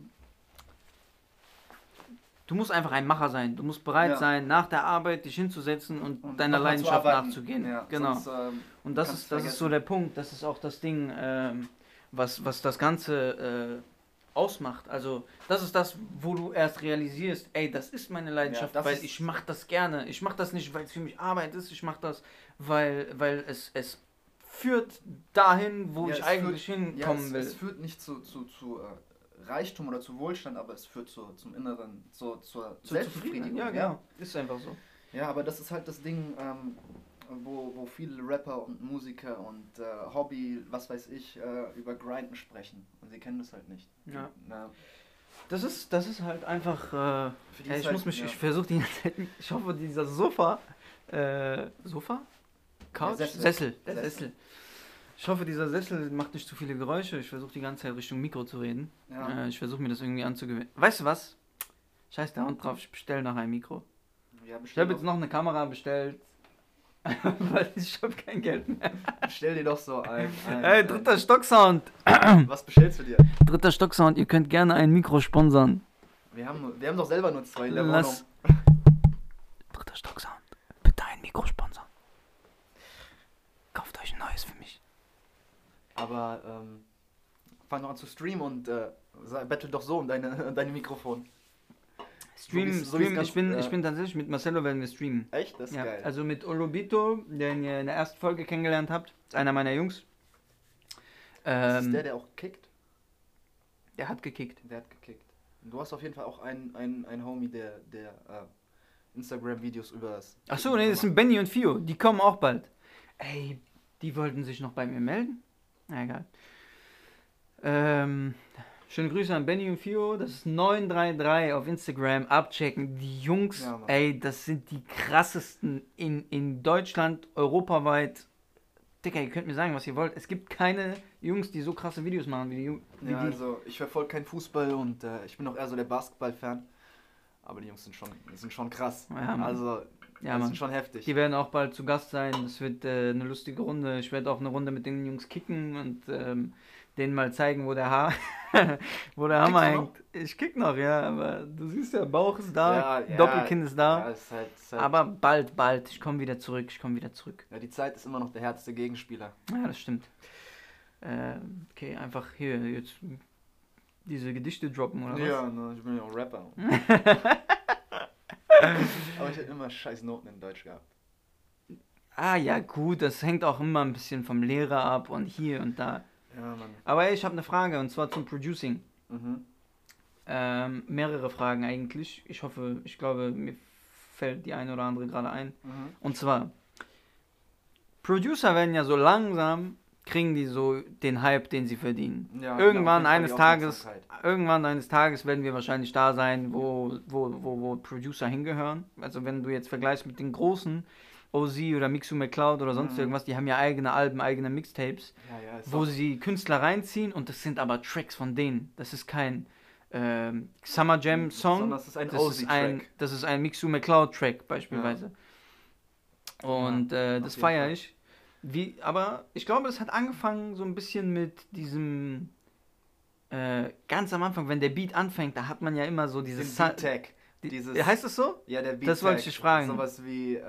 du musst einfach ein Macher sein. Du musst bereit
Ja.
sein, nach der Arbeit dich hinzusetzen und,
Und
deiner
nochmal zu
Leidenschaft
arbeiten.
nachzugehen.
Ja,
genau.
Sonst, ähm,
Und das
Kannst
ist, das ist
vergessen.
so der Punkt, das ist auch das Ding, ähm, was, was das Ganze äh, ausmacht. Also das ist das, wo du erst realisierst, ey, das ist meine Leidenschaft,
das
weil
ist-
ich mache das gerne. Ich mache das nicht, weil es für mich Arbeit ist, ich mache das, weil, weil es, es führt dahin, wo
Ja,
ich
es
eigentlich
ja,
hinkommen
es,
will.
es führt nicht zu, zu, zu äh, Reichtum oder zu Wohlstand, aber es führt zu, zum Inneren, zu, zur
Zur Zufriedenheit.
Selbstbefriedigung.
Ja, genau. Ist einfach so.
Ja, aber das ist halt das Ding, ähm, wo, wo viele Rapper und Musiker und äh, Hobby, was weiß ich, äh, über Grinden sprechen. Und sie kennen das halt nicht.
Ja.
Na,
Das ist, das ist halt einfach. Äh,
für die
Ey,
ist
ich
halt-
muss mich,
ja.
ich versuche die ganze Zeit, ich hoffe, dieser Sofa, äh, Sofa? Couch?
Sessel.
Sessel. Sessel. Der
Sessel.
Sessel. Ich hoffe, dieser Sessel macht nicht zu viele Geräusche. Ich versuche die ganze Zeit Richtung Mikro zu reden.
ja.
Äh, ich versuche mir das irgendwie anzugewöhnen. Weißt du was? Scheiß der Hand drauf, ich bestelle nachher ein Mikro.
ja,
Ich habe
bestell,
jetzt noch eine Kamera bestellt, weil ich habe kein Geld mehr.
doch, bestell dir doch so ein.
Ey,
ein ein- äh,
dritter Stocksound.
Was bestellst du dir?
Dritter Stocksound, ihr könnt gerne ein Mikro sponsern.
Wir haben, wir haben doch selber nur zwei in der
Lass-
Wohnung.
Dritter Stocksound, bitte ein Mikro sponsern. Kauft euch ein neues für mich.
Aber ähm, fang doch an zu streamen und äh, sei- bettel doch so um deine, deine Mikrofon.
Stream,
So wie's- so wie's
stream.
ganz-
ich, bin,
ja.
ich bin tatsächlich mit Marcelo werden wir streamen.
Echt? Das ist
Ja,
geil.
also mit Olobito, den ihr in der ersten Folge kennengelernt habt, ist einer meiner Jungs. Ähm,
das ist der,
der,
der auch kickt?
hat gekickt.
Der hat gekickt. Und du hast auf jeden Fall auch einen, einen, einen Homie, der, der äh, Instagram-Videos über das.
Achso, nee, das sind Benny und Fio, die kommen auch bald. Ey, die wollten sich noch bei mir melden? Na egal. Ähm, schöne Grüße an Benny und Fio, das ist 933 auf Instagram, abchecken. Die Jungs,
Ja, Mann.
ey, das sind die krassesten in, in Deutschland, europaweit. Digga, ihr könnt mir sagen, was ihr wollt. Es gibt keine Jungs, die so krasse Videos machen wie die Jungs. Wie
Ja,
die.
also ich verfolge keinen Fußball und äh, ich bin auch eher so der Basketball-Fan. Aber die Jungs sind schon, die sind schon krass.
Ja, Mann.
also,
Ja,
die
Mann.
sind schon heftig.
Die werden auch bald zu Gast sein. Es wird äh, eine lustige Runde. Ich werde auch eine Runde mit den Jungs kicken und ähm, denen mal zeigen, wo der, ha wo der
Kickst
Hammer
du
hängt. Ich kick noch, ja, aber du siehst ja, Bauch ist da,
Ja, ja,
Doppelkinn ist
Ja,
da.
ist halt, ist halt,
aber bald, bald. Ich komme wieder zurück, ich komme wieder zurück.
ja, die Zeit ist immer noch der härteste Gegenspieler.
Ja, das stimmt. Ähm, okay, einfach hier jetzt diese Gedichte droppen oder was?
Ja, ne, ich bin ja auch Rapper. Aber ich hätte immer scheiß Noten in Deutsch gehabt.
Ah ja, gut, das hängt auch immer ein bisschen vom Lehrer ab und hier und da.
Ja, Mann.
Aber ey, ich habe eine Frage und zwar zum Producing.
Mhm.
Ähm, mehrere Fragen eigentlich. Ich hoffe, ich glaube, mir fällt die eine oder andere gerade ein.
Mhm.
Und zwar, Producer werden ja so langsam, kriegen die so den Hype, den sie verdienen.
Ja,
irgendwann
genau, auf jeden
eines
Fall die
Tages,
Aufmerksamkeit.
irgendwann eines Tages werden wir wahrscheinlich da sein, wo, wo, wo, wo Producer hingehören. Also wenn du jetzt vergleichst mit den großen, OZ oder Mixu McCloud oder sonst
Mhm.
irgendwas, die haben ja eigene Alben, eigene Mixtapes
Ja, ja, ist
wo
auch-
sie Künstler reinziehen und das sind aber Tracks von denen. Das ist kein ähm, Summer Jam Song,
sondern Das ist ein
das ist ein,
Aussie-Track.
das ist ein Mixu McCloud Track beispielsweise. Und äh,
auf
das
jeden
feiere
Fall.
ich. Wie, aber ich glaube, es hat angefangen so ein bisschen mit diesem äh, ganz am Anfang, wenn der Beat anfängt, da hat man ja immer so
Den
dieses Su-
Beat Tag.
die-
dieses-
heißt es so?
Ja, der Beat
Das wollte ich
Tag.
dich fragen.
Sowas wie äh,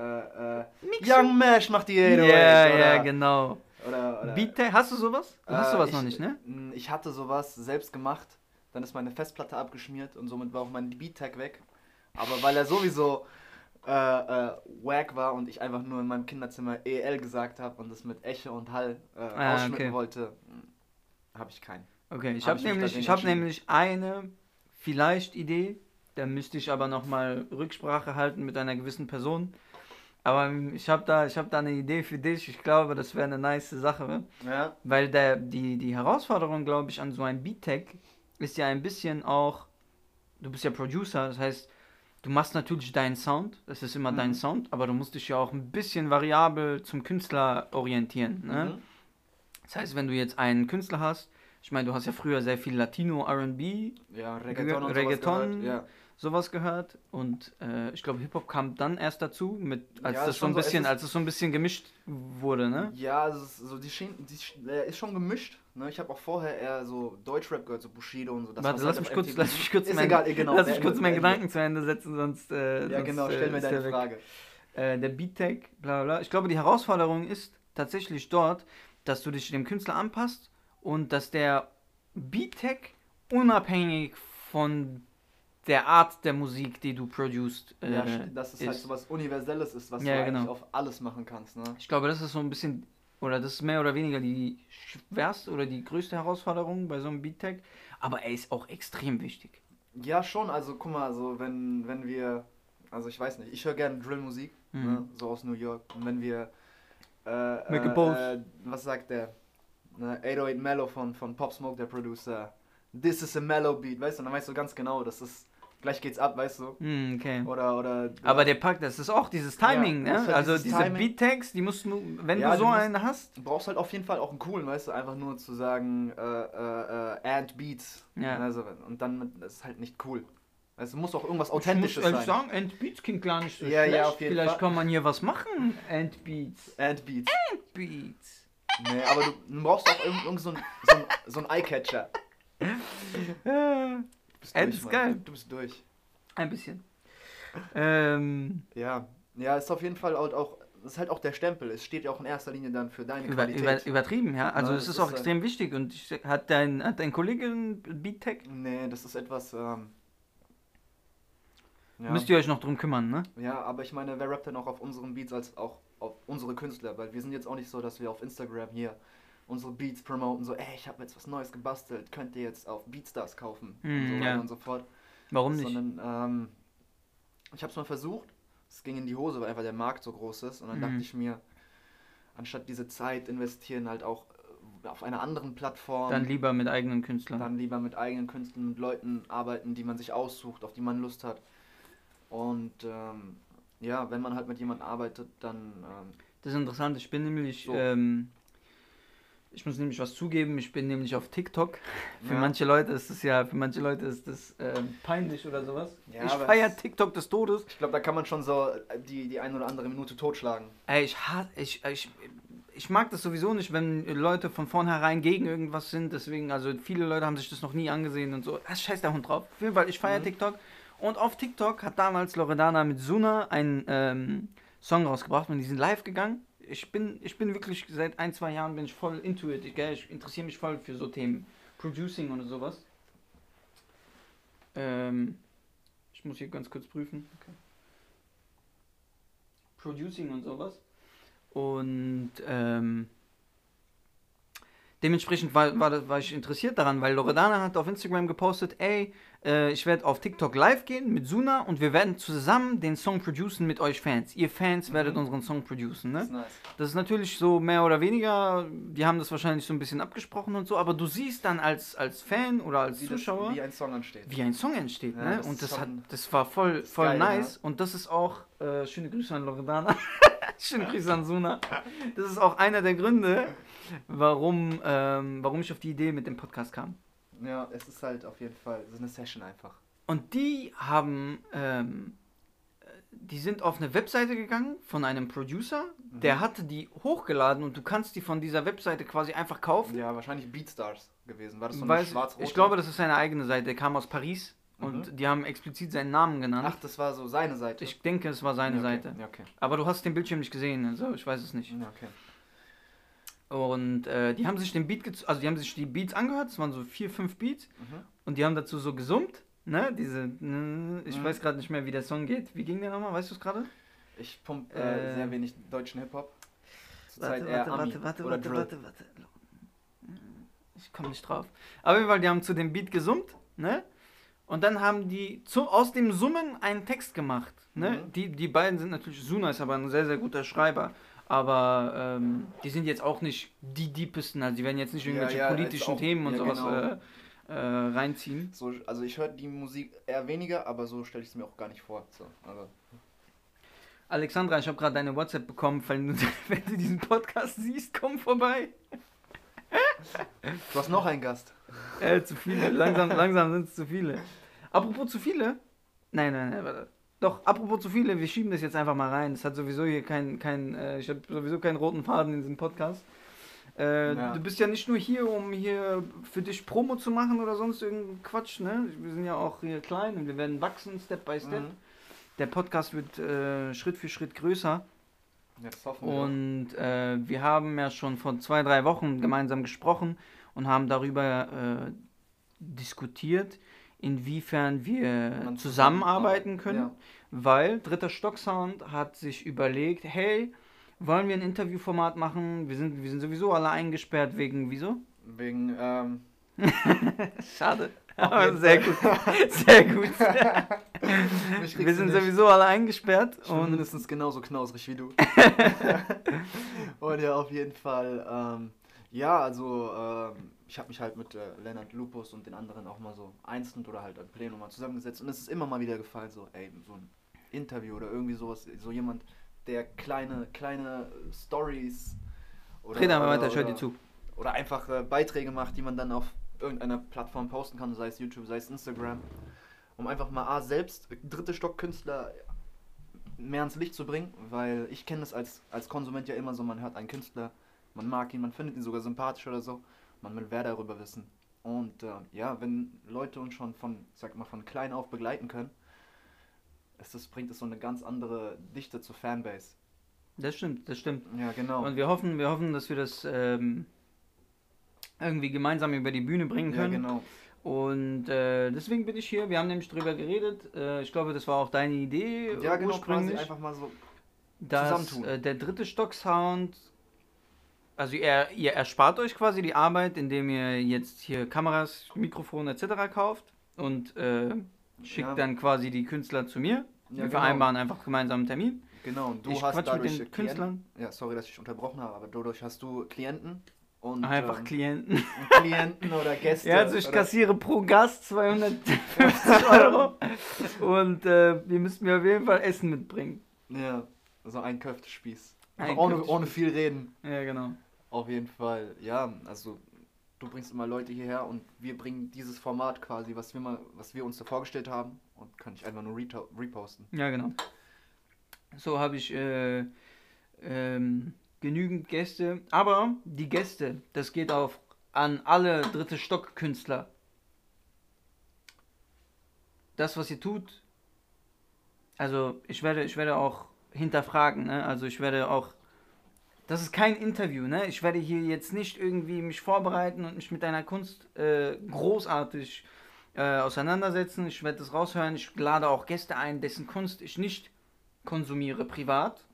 äh,
Mixu-
Young Mash macht die
Ja,
808s
ja,
oder,
genau.
oder, oder
Beat Tag, hast du sowas? Du hast
äh,
sowas
ich,
noch nicht, ne?
m, Ich hatte sowas selbst gemacht, dann ist meine Festplatte abgeschmiert und somit war auch mein Beat Tag weg. Aber weil er sowieso äh, äh, wack war und ich einfach nur in E meinem Kinderzimmer EL gesagt habe und das mit Echo und Hall äh,
Ah,
ausschmücken
okay.
wollte, m, habe ich keinen.
Okay, ich
Hab
habe
ich mich
nämlich,
dagegen
ich hab
entschieden.
nämlich eine vielleicht Idee, da müsste ich aber nochmal Rücksprache halten mit einer gewissen Person. Aber ähm, ich habe da, ich hab da eine Idee für dich. Ich glaube, das wäre eine nice Sache.
Ja,
Weil der, die, die Herausforderung, glaube ich, an so einem Beat-Tech ist ja ein bisschen auch, du bist ja Producer, das heißt, du machst natürlich deinen Sound, das ist immer dein
Mhm.
Sound, aber du musst dich ja auch ein bisschen variabel zum Künstler orientieren. Ne?
mhm.
Das heißt, wenn du jetzt einen Künstler hast, ich meine, du hast ja früher sehr viel Latino, RB,
ja Reggaeton und
Reggaeton,
sowas gehört.
sowas gehört. Und äh, ich glaube, Hip-Hop kam dann erst dazu, mit, als
Ja,
das
ist
so ein
schon so, es
bisschen,
ist-
als es so ein bisschen gemischt wurde,
Ja,
ne?
ja also, es ist so die, Schien, die Sch- äh, ist schon gemischt. Ne? Ich habe auch vorher eher so Deutschrap gehört, so Bushido und so. das,
Warte,
was
lass
halt
mich,
auf
kurz,
MTV
lass mich kurz,
Ist
meinen-
egal, äh, genau,
lass mich
Ende,
kurz meinen
Ende.
Gedanken zu Ende setzen, sonst. Äh,
Ja,
sonst,
genau, stell
äh,
mir
ist der
deine
weg.
Frage.
Äh, der Beat-Tech, bla bla. Ich glaube, die Herausforderung ist tatsächlich dort, dass du dich dem Künstler anpasst und dass der Beat-Tech unabhängig von der Art der Musik, die du produced, äh,
Ja, st- dass es halt
ist.
so was Universelles ist, was
Ja,
du eigentlich
genau.
auf alles machen kannst. Ne?
Ich glaube, das ist so ein bisschen, oder das ist mehr oder weniger die schwerste oder die größte Herausforderung bei so einem Beat-Tech. Aber er ist auch extrem wichtig.
Ja, schon, also guck mal, so wenn, wenn wir, also ich weiß nicht, ich höre gerne Drillmusik,
Mhm.
ne, so aus New York. Und wenn wir, äh,
Make a pose.
äh, äh, was sagt der, ne, 808 Mellow von, von Pop Smoke, der Producer, This is a Mellow Beat, weißt du, dann weißt du ganz genau, das ist, gleich geht's ab, weißt du.
Hm, okay.
Oder, oder.
Aber der packt, das ist auch dieses
Ja,
Timing,
das ist
ne?
halt
Also
dieses
diese
Timing.
Beat-Tags, die musst du, wenn
Ja,
du so
du musst-
einen hast.
Du brauchst halt auf jeden Fall auch einen coolen, weißt du, einfach nur zu sagen, äh, äh, äh, and Beats.
Ja.
Also, und dann das ist halt nicht cool. Also, muss auch irgendwas
ich
Authentisches
muss ehrlich
sein.
sagen, Endbeats klingt gar nicht so
Ja, ja,
schlecht.
auf jeden
Vielleicht
Fall.
kann man hier was machen. Endbeats.
And Beats.
Beats.
Nee, aber du, du brauchst auch irgend, irgend so ein, so ein, so ein Eyecatcher.
Äh,
Du bist
Ed
durch,
ist
Mann.
geil.
Du bist durch.
ein bisschen. Ähm,
Ja. Ja, ist auf jeden Fall halt auch, ist halt auch der Stempel. Es steht ja auch in erster Linie dann für deine
über,
Qualität.
über, übertrieben, ja. Also
Nein,
es
das
ist
ist
auch
ein-
extrem wichtig. Und ich, hat dein, hat dein Kollege einen Beat-Tag?
nee, das ist etwas, ähm, ja.
Müsst ihr euch noch drum kümmern, ne?
Ja, aber ich meine, wer rappt denn auch auf unseren Beats als auch auf unsere Künstler? Weil wir sind jetzt auch nicht so, dass wir auf Instagram hier unsere Beats promoten, so, ey, ich habe jetzt was Neues gebastelt, könnt ihr jetzt auf Beatstars kaufen und
Mm,
so weiter
ja.
und so fort.
Warum nicht?
Sondern, ähm, ich habe es mal versucht, es ging in die Hose, weil einfach der Markt so groß ist und dann
Mhm.
dachte ich mir, anstatt diese Zeit investieren, halt auch äh, auf einer anderen Plattform.
Dann lieber mit eigenen Künstlern.
Dann lieber mit eigenen Künstlern, mit Leuten arbeiten, die man sich aussucht, auf die man Lust hat. Und ähm, ja, wenn man halt mit jemandem arbeitet, dann. Ähm,
Das ist interessant. Ich bin nämlich,
So.
ähm, ich muss nämlich was zugeben. Ich bin nämlich auf TikTok. Für
Ja.
manche Leute ist das ja, für manche Leute ist das ähm, peinlich oder sowas.
Ja,
ich
aber
feiere
es-
TikTok des Todes.
ich glaube, da kann man schon so äh, die, die ein oder andere Minute totschlagen.
Ey, ich, ha- ich, äh, ich, ich mag das sowieso nicht, wenn Leute von vornherein gegen irgendwas sind. Deswegen, also viele Leute haben sich das noch nie angesehen und so. Ah, scheiß der Hund drauf. Auf jeden Fall, ich feiere
Mhm.
TikTok. Und auf TikTok hat damals Loredana mit Suna einen ähm, Song rausgebracht und die sind live gegangen. Ich bin, ich bin wirklich seit ein, zwei Jahren bin ich voll into it. Gell? Ich interessiere mich voll für so Themen. Producing und sowas. Ähm, ich muss hier ganz kurz prüfen. Producing und sowas. Und ähm, dementsprechend war, war, das- war ich interessiert daran, weil Loredana hat auf Instagram gepostet, ey, äh, ich werde auf TikTok live gehen mit Suna und wir werden zusammen den Song producen mit euch Fans. Ihr Fans
Mhm.
werdet unseren Song producen, ne?
Das ist nice.
Das ist natürlich so mehr oder weniger, die haben das wahrscheinlich so ein bisschen abgesprochen und so, aber du siehst dann als, als Fan oder als
Wie, das,
Zuschauer,
wie ein Song ansteht.
wie ein Song entsteht,
Ja,
ne?
das
und
ist
das hat,
schon-
das war voll,
ist
voll
geil, ne?
nice. Und das ist auch, äh, schöne Grüße an Loredana. schöne Grüße an Suna. Das ist auch einer der Gründe, warum, ähm, warum ich auf die Idee mit dem Podcast kam.
Ja, es ist halt auf jeden Fall so eine Session einfach.
Und die haben, ähm, die sind auf eine Webseite gegangen von einem Producer,
Mhm.
der hatte die hochgeladen und du kannst die von dieser Webseite quasi einfach kaufen.
Ja, wahrscheinlich Beatstars gewesen. War das so eine
Weiß,
schwarz-rote?
ich glaube, das ist seine eigene Seite. Der kam aus Paris
Mhm.
und die haben explizit seinen Namen genannt.
Ach, das war so seine Seite.
ich denke, es war seine
Ja, okay.
Seite.
Ja, okay.
Aber du hast den Bildschirm nicht gesehen, also ich weiß es nicht.
Ja, okay.
Und äh, die haben sich den Beat, gez- also die haben sich die Beats angehört. Es waren so vier, fünf Beats
Mhm.
und die haben dazu so gesummt. Ne, diese, ne, ich
Mhm.
weiß gerade nicht mehr, wie der Song geht. Wie ging der nochmal? Weißt du es gerade?
Ich pumpe
Äh,
äh, sehr wenig deutschen Hip-Hop. Zurzeit eher Ami oder Drill.
warte, warte, warte. Ich komme nicht drauf. Aber weil die haben zu dem Beat gesummt, ne? Und dann haben die zu, aus dem Summen einen Text gemacht. Ne?
Mhm.
Die, die beiden sind natürlich, Suna ist aber ein sehr, sehr guter Schreiber. Aber ähm, die sind jetzt auch nicht die deepesten. Also die werden jetzt nicht
Ja,
irgendwelche
ja, jetzt
politischen
auch-
Themen und
ja,
sowas
genau.
äh, äh, reinziehen.
So, also ich höre die Musik eher weniger, aber so stelle ich es mir auch gar nicht vor. So, also,
Alexandra, ich habe gerade deine WhatsApp bekommen. Wenn du, wenn du diesen Podcast siehst, komm vorbei.
du hast noch einen Gast.
Äh, zu viele. Langsam, langsam sind es zu viele. Apropos zu viele. Nein, nein, nein, warte. Doch, apropos zu viele, wir schieben das jetzt einfach mal rein. Es hat sowieso hier keinen, kein, äh, ich habe sowieso keinen roten Faden in diesem Podcast. Äh,
Ja.
Du bist ja nicht nur hier, um hier für dich Promo zu machen oder sonst irgendeinen Quatsch, ne? Wir sind ja auch hier klein und wir werden wachsen, Step by Step.
Mhm.
Der Podcast wird äh, Schritt für Schritt größer.
Jetzt hoffen wir.
Und äh, wir haben ja schon vor zwei, drei Wochen gemeinsam gesprochen und haben darüber äh, diskutiert, inwiefern wir
Man
zusammenarbeiten können,
Ja.
weil Dritter Stock Sound hat sich überlegt, hey, wollen wir ein Interviewformat machen? Wir sind, wir sind sowieso alle eingesperrt wegen, wieso?
Wegen, ähm,
Schade.
Auf
Aber
jeden
sehr
Fall.
gut. Sehr gut.
mich kriegst
wir sind
du nicht.
sowieso alle eingesperrt
Ich bin
und
mindestens genauso knausrig wie du. und ja, auf jeden Fall. Ähm, ja, also ähm, ich habe mich halt mit äh, Lennart Lupus und den anderen auch mal so einzeln oder halt im Plenum mal zusammengesetzt und es ist immer mal wieder gefallen, so ey, so ein Interview oder irgendwie sowas, so jemand, der kleine, kleine äh, Stories oder,
Reden wir
oder-
weiter, ich höre
oder-
dir zu.
oder einfach äh, Beiträge macht, die man dann auf irgendeiner Plattform posten kann, sei es YouTube, sei es Instagram, um einfach mal A, selbst äh, dritte Stockkünstler mehr ans Licht zu bringen, weil ich kenne das als, als Konsument ja immer so, man hört einen Künstler, man mag ihn, man findet ihn sogar sympathisch oder so, man will mehr darüber wissen. Und äh, ja, wenn Leute uns schon von, ich sag mal, von klein auf begleiten können, ist das, bringt es so eine ganz andere Dichte zur Fanbase.
Das stimmt, das stimmt.
Ja, genau.
Und wir hoffen, wir hoffen, dass wir das ähm, irgendwie gemeinsam über die Bühne bringen
ja,
können.
genau.
Und äh, deswegen bin ich hier. Wir haben nämlich drüber geredet. Äh, ich glaube, das war auch deine Idee
Ja,
äh,
genau, quasi
ursprünglich,
einfach mal so
dass
zusammentun.
äh, der dritte Stock Sound. Also ihr, ihr erspart euch quasi die Arbeit, indem ihr jetzt hier Kameras, Mikrofon etc. kauft und äh, schickt
Ja.
dann quasi die Künstler zu mir.
Ja,
wir
genau.
vereinbaren einfach gemeinsam einen Termin.
Genau, und du
ich
hast
quatsch mit
dadurch
den
Klienten-
Künstlern.
Ja, sorry, dass ich unterbrochen habe, aber dadurch hast du Klienten und
Einfach
ähm,
Klienten.
Klienten oder Gäste.
Ja, also ich
oder,
kassiere pro Gast 250 Euro und äh, ihr müsst mir auf jeden Fall Essen mitbringen.
ja, so ein Köftespieß.
Ein
ohne,
Köftespieß.
ohne viel reden.
Ja, genau.
Auf jeden Fall. Ja, also du bringst immer Leute hierher und wir bringen dieses Format quasi, was wir mal, was wir uns da vorgestellt haben und kann ich einfach nur reto- reposten.
Ja, genau. So habe ich äh, ähm, genügend Gäste. Aber die Gäste, das geht auf an alle dritte Stock-Künstler. Das, was ihr tut, also ich werde, ich werde auch hinterfragen, ne? Also ich werde auch. Das ist kein Interview, ne? Ich werde hier jetzt nicht irgendwie mich vorbereiten und mich mit deiner Kunst äh, großartig äh, auseinandersetzen. Ich werde das raushören. Ich lade auch Gäste ein, dessen Kunst ich nicht konsumiere privat,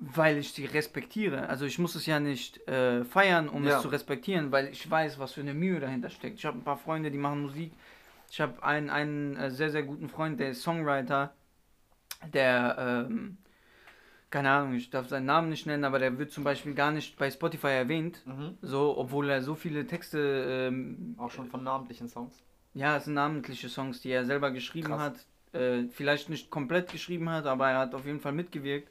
weil ich sie respektiere. Also ich muss es ja nicht äh, feiern, um
Ja.
es zu respektieren, weil ich weiß, was für eine Mühe dahinter steckt. Ich habe ein paar Freunde, die machen Musik. Ich habe einen, einen äh, sehr, sehr guten Freund, der ist Songwriter, der, ähm, keine Ahnung, ich darf seinen Namen nicht nennen, aber der wird zum Beispiel gar nicht bei Spotify erwähnt.
Mhm.
So, obwohl er so viele Texte ähm,
Auch schon von namentlichen Songs.
ja, es sind namentliche Songs, die er selber geschrieben
Krass.
hat. Äh, vielleicht nicht komplett geschrieben hat, aber er hat auf jeden Fall mitgewirkt.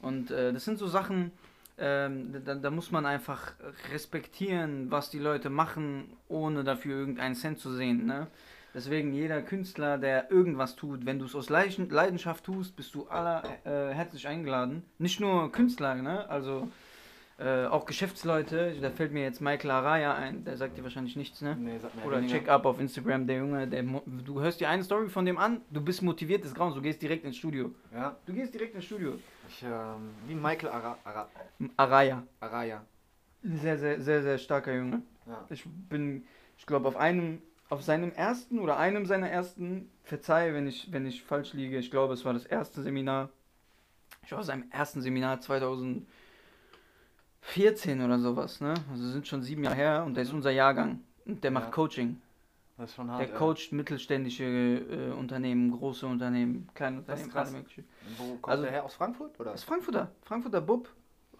Und äh, das sind so Sachen, ähm, da, da muss man einfach respektieren, was die Leute machen, ohne dafür irgendeinen Cent zu sehen. Ne? Deswegen jeder Künstler, der irgendwas tut, wenn du es aus Leichen- Leidenschaft tust, bist du aller äh, herzlich eingeladen. Nicht nur Künstler, ne? also äh, auch Geschäftsleute. Da fällt mir jetzt Michael Araya ein, der sagt dir wahrscheinlich nichts. Ne?
Nee, sag mir
Oder
weniger.
check up auf Instagram, der Junge, der, mo- du hörst dir eine Story von dem an, du bist motiviert des Grauens, du gehst direkt ins Studio.
Ja,
Du gehst direkt ins Studio.
ich, ähm, wie Michael Ara, Ara,
M- Araya.
Araya.
Sehr, sehr, sehr, sehr starker Junge.
Ja.
Ich bin, ich glaube, auf einem, auf seinem ersten oder einem seiner ersten, verzeih, wenn ich, wenn ich falsch liege, ich glaube, es war das erste Seminar. Ich war auf seinem ersten Seminar 2000, 14 oder sowas, ne? Also sind schon sieben Jahre her und der ist unser Jahrgang. Und der macht
Mhm. Ja.
Coaching.
Das ist schon hart. äh,
Der
Ah, ja.
coacht mittelständische äh, Unternehmen, große Unternehmen, kleine
Das ist
Unternehmen,
krass.
alle möglichen.
Und Wo kommt
Also-
der her? Aus Frankfurt? Oder?
Das ist Frankfurter. Frankfurter Bub.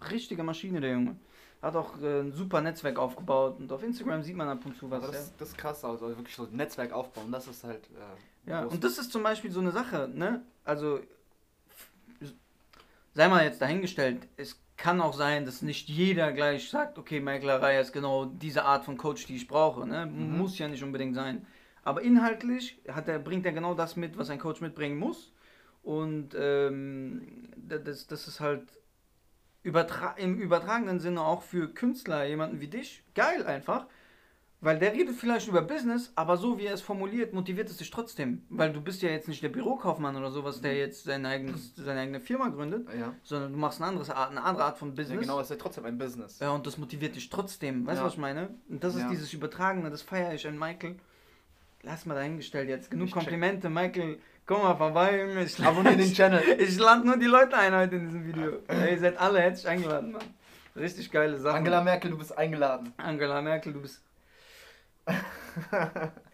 Richtige Maschine, der Junge. Hat auch äh, ein super Netzwerk aufgebaut und auf Instagram sieht man ab und zu was.
Aber das, das ist krass, also wirklich so ein Netzwerk aufbauen, das ist halt. Äh,
ja. ja.
groß.
Und das ist zum Beispiel so eine Sache, ne? Also, f- sei mal jetzt dahingestellt, es kann auch sein, dass nicht jeder gleich sagt, okay, Maklerei ist genau diese Art von Coach, die ich brauche, ne?
Mhm.
Muss ja nicht unbedingt sein. Aber inhaltlich hat er, bringt er genau das mit, was ein Coach mitbringen muss. Und ähm, da- das, das ist halt übertra im übertragenen Sinne auch für Künstler, jemanden wie dich, geil einfach. Weil der redet vielleicht über Business, aber so wie er es formuliert, motiviert es dich trotzdem. Weil du bist ja jetzt nicht der Bürokaufmann oder sowas,
Mhm.
der jetzt sein eigenes, seine eigene Firma gründet,
ja.
sondern du machst eine, anderes Art, eine andere Art von
ja,
Business.
genau, es ist ja trotzdem ein Business.
Ja, und das motiviert dich trotzdem. Weißt du,
Ja.
was ich meine? Und das ist
Ja.
dieses Übertragene, das feiere ich an Michael. Lass mal dahingestellt jetzt. Genug
Ich check-
Komplimente, Michael. Komm mal vorbei, Junge. Ich,
Abonnier den Channel.
ich lade nur die Leute ein heute in diesem Video. Ey, ihr seid alle herzlich eingeladen, Mann. Richtig geile Sache.
Angela Merkel, du bist eingeladen.
Angela Merkel, du bist.